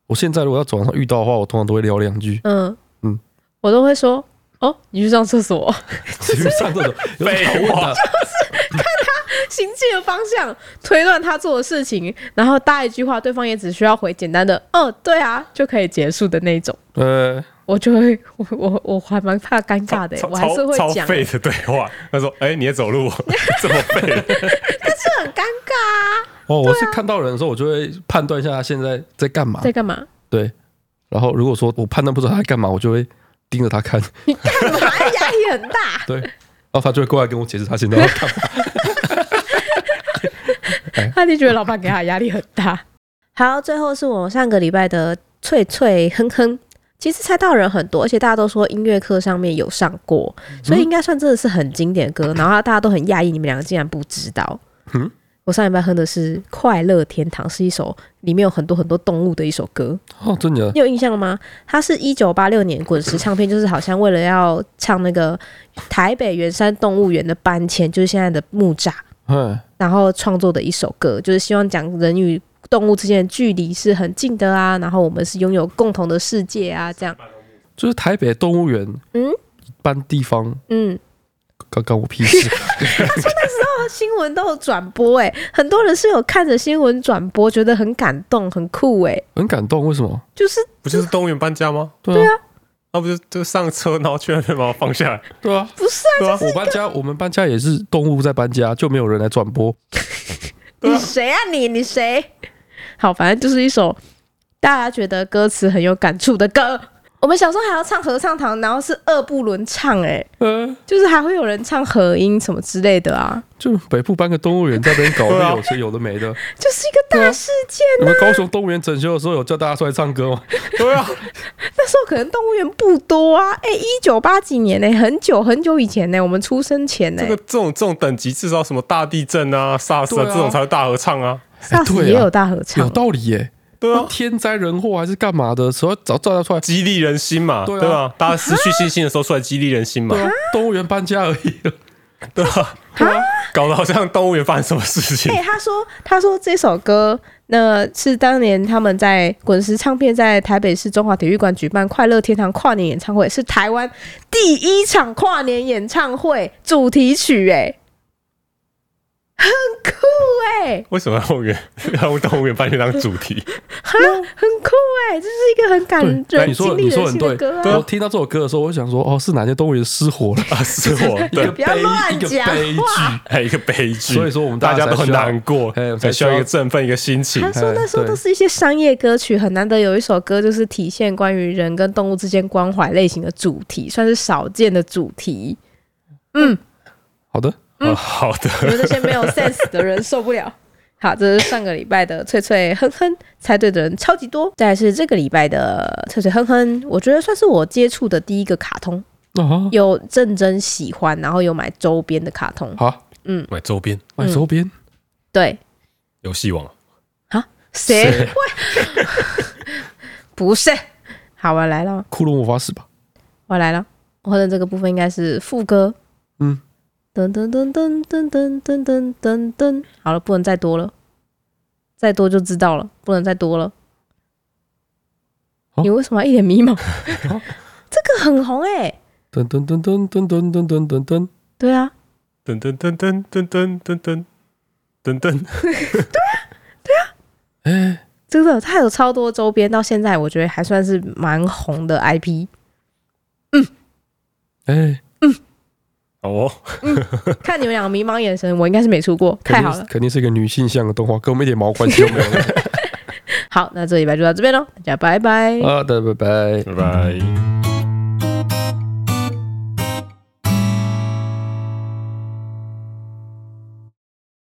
B: 我现在如果要走廊上遇到的话，我通常都会聊两 句
E: 嗯
B: 嗯
E: 我都会说哦，你去上厕所，
B: 去上厕所。有什么好问的？
E: 行进的方向，推断他做的事情，然后搭一句话，对方也只需要回简单的“哦，对啊”就可以结束的那种。
B: 呃，
E: 我就会，我我我还蛮怕尴尬的欸、
C: 超
E: 我还是会
C: 超超
E: 讲，
C: 废的对话。他说：“哎，你也走路哦， 这么废了，
E: 这很尴尬、啊，
B: 哦，我是看到人的时候，我就会判断一下他现在在干嘛
E: 在。干 嘛？
B: 对，然后如果说我判断不出他在干嘛，我就会盯着他看，
E: 你干嘛？压力很大，
B: 对，然后他就会过来跟我解释他现在在干嘛。
E: 他就觉得老板给他压力很大。
A: 好，最后是我上个礼拜的脆脆哼哼。其实猜到人很多，而且大家都说音乐课上面有上过，所以应该算真的是很经典的歌。然后大家都很讶异，你们两个竟然不知道。
B: 嗯
A: 我上礼拜哼的是《快乐天堂》，是一首里面有很多很多动物的一首歌。
B: 哦，真的
A: 你有印象吗？它是一九八六年滚石唱片，就是好像为了要唱那个台北圆山动物园的搬迁，就是现在的木栅，
B: 嗯，
A: 然后创作的一首歌，就是希望讲人与动物之间的距离是很近的啊，然后我们是拥有共同的世界啊，这样，
B: 就是台北动物园，
A: 嗯，
B: 一般地方
A: 嗯。啊
B: 刚刚我屁事。
A: 新闻都有转播哎、很多人是有看着新闻转播，觉得很感动、很酷哎、
B: 很感动，为什么？
A: 就是
C: 不就是动物园搬家吗？
B: 对啊，
C: 那不就就上车，然后去那边把我放下来？
B: 对啊，
A: 不是
C: 对啊，
B: 我搬家，我们搬家也是动物在搬家，就没有人来转播。
C: 对啊
A: 你谁啊你？你谁？好，反正就是一首大家觉得歌词很有感触的歌。我们小时候还要唱合唱团，然后是二部轮唱、欸，
B: 呃，
A: 就是还会有人唱和音什么之类的啊，
B: 就北部搬个动物园在那边搞，
C: 对啊
B: 有些有的没的。
A: 就是一个大事件。
B: 你们高雄动物园整修的时候有叫大家出来唱歌吗？
C: 对啊，
A: 那时候可能动物园不多啊，哎、一九八几年呢、哎很久很久以前呢、哎我们出生前哎呢、
C: 这个这种这种等级至少什么大地震啊、SARS
B: 对
C: 啊
B: 啊
C: 这种才会大合唱啊。
A: 萨斯、
B: 对啊
A: 也有大合唱
B: 有，道理耶、
C: 对啊，
B: 天灾人祸还是干嘛的时候找大家出来。
C: 激励人心嘛，
B: 对啊
C: 对吧？大家失去信心的时候出来激励人心嘛，
B: 对啊，动物园搬家而 已。
C: 对吧？搞得好像动物园发生什么事情
A: 哎、。他说，他说这首歌那是当年他们在滚石唱片在台北市中华体育馆举办快乐天堂跨年演唱会，是台湾第一场跨年演唱会主题曲、哎，很酷哎、
C: 为什么动物园 要用动物园搬去当主 题？
A: 哈，很酷哎、这是一个很感
B: 对，哎你
A: 人、
B: 说
A: 激励
B: 你说
A: 人
B: 很
A: 心的歌
B: 对。
A: 啊。
B: 我听到这首歌的时候，我想说，哦，是哪些动物园失火 了？
C: 啊，是我
B: 一个
C: 对，
A: 不要
B: 悲，
A: 乱
B: 一个
A: 讲
B: 悲剧。
C: 还有一个悲剧。
B: 所以说我们
C: 大家
B: 才
C: 都很
B: 需要
C: 难过
B: 哎我们，才
C: 才需要
B: 需
C: 一个
B: 要
C: 振奋，一个心情
A: 他。说
B: 哎
A: 那时候
B: 对
A: 都是一些商业歌曲，很难得有一首歌就是体现关于人跟动物之间关怀类型的主题，算是少见的主题。
B: 好的，
C: 啊，好
A: 你
C: 的，
A: 们这些没有 sense 的人受不了。好，这是上个礼拜的脆脆哼哼，猜对的人超级多。再来是这个礼拜的脆脆哼哼，我觉得算是我接触的第一个卡通，
B: 啊，
A: 有认真喜欢，然后有买周边的卡通。
B: 好，
C: 买周边
B: 买周边。
A: 对，
C: 游戏王，
A: 谁会？ 不是。好，我来了，
B: 骷髅魔法使吧，
A: 我来了。我的这个部分应该是副歌。
B: 嗯，
A: 噔噔噔噔噔噔噔噔噔噔。好了，不能再多了，再多就知道了，不能再多了。
B: 哦
A: 你为什么要一 脸迷茫？哦这个很红哎、
B: 噔噔噔噔噔噔噔噔噔噔，
A: 对啊，
C: 噔噔噔噔噔噔噔噔噔噔，
B: 哎，
A: 真的，它有超多周边，到现在我觉得还算是蛮红的 IP。
B: 哎，
C: 好哦，
A: 看你们两个迷茫眼神，我应该是没出过，
B: 肯
A: 太
B: 定
A: 好
B: 是
A: 了。
B: 肯定是一个女性向的动画，跟我们一点毛关系都没有。
A: 好，那这礼拜就到这边喽，大家拜拜。
B: 啊好的，拜拜。
C: 拜拜。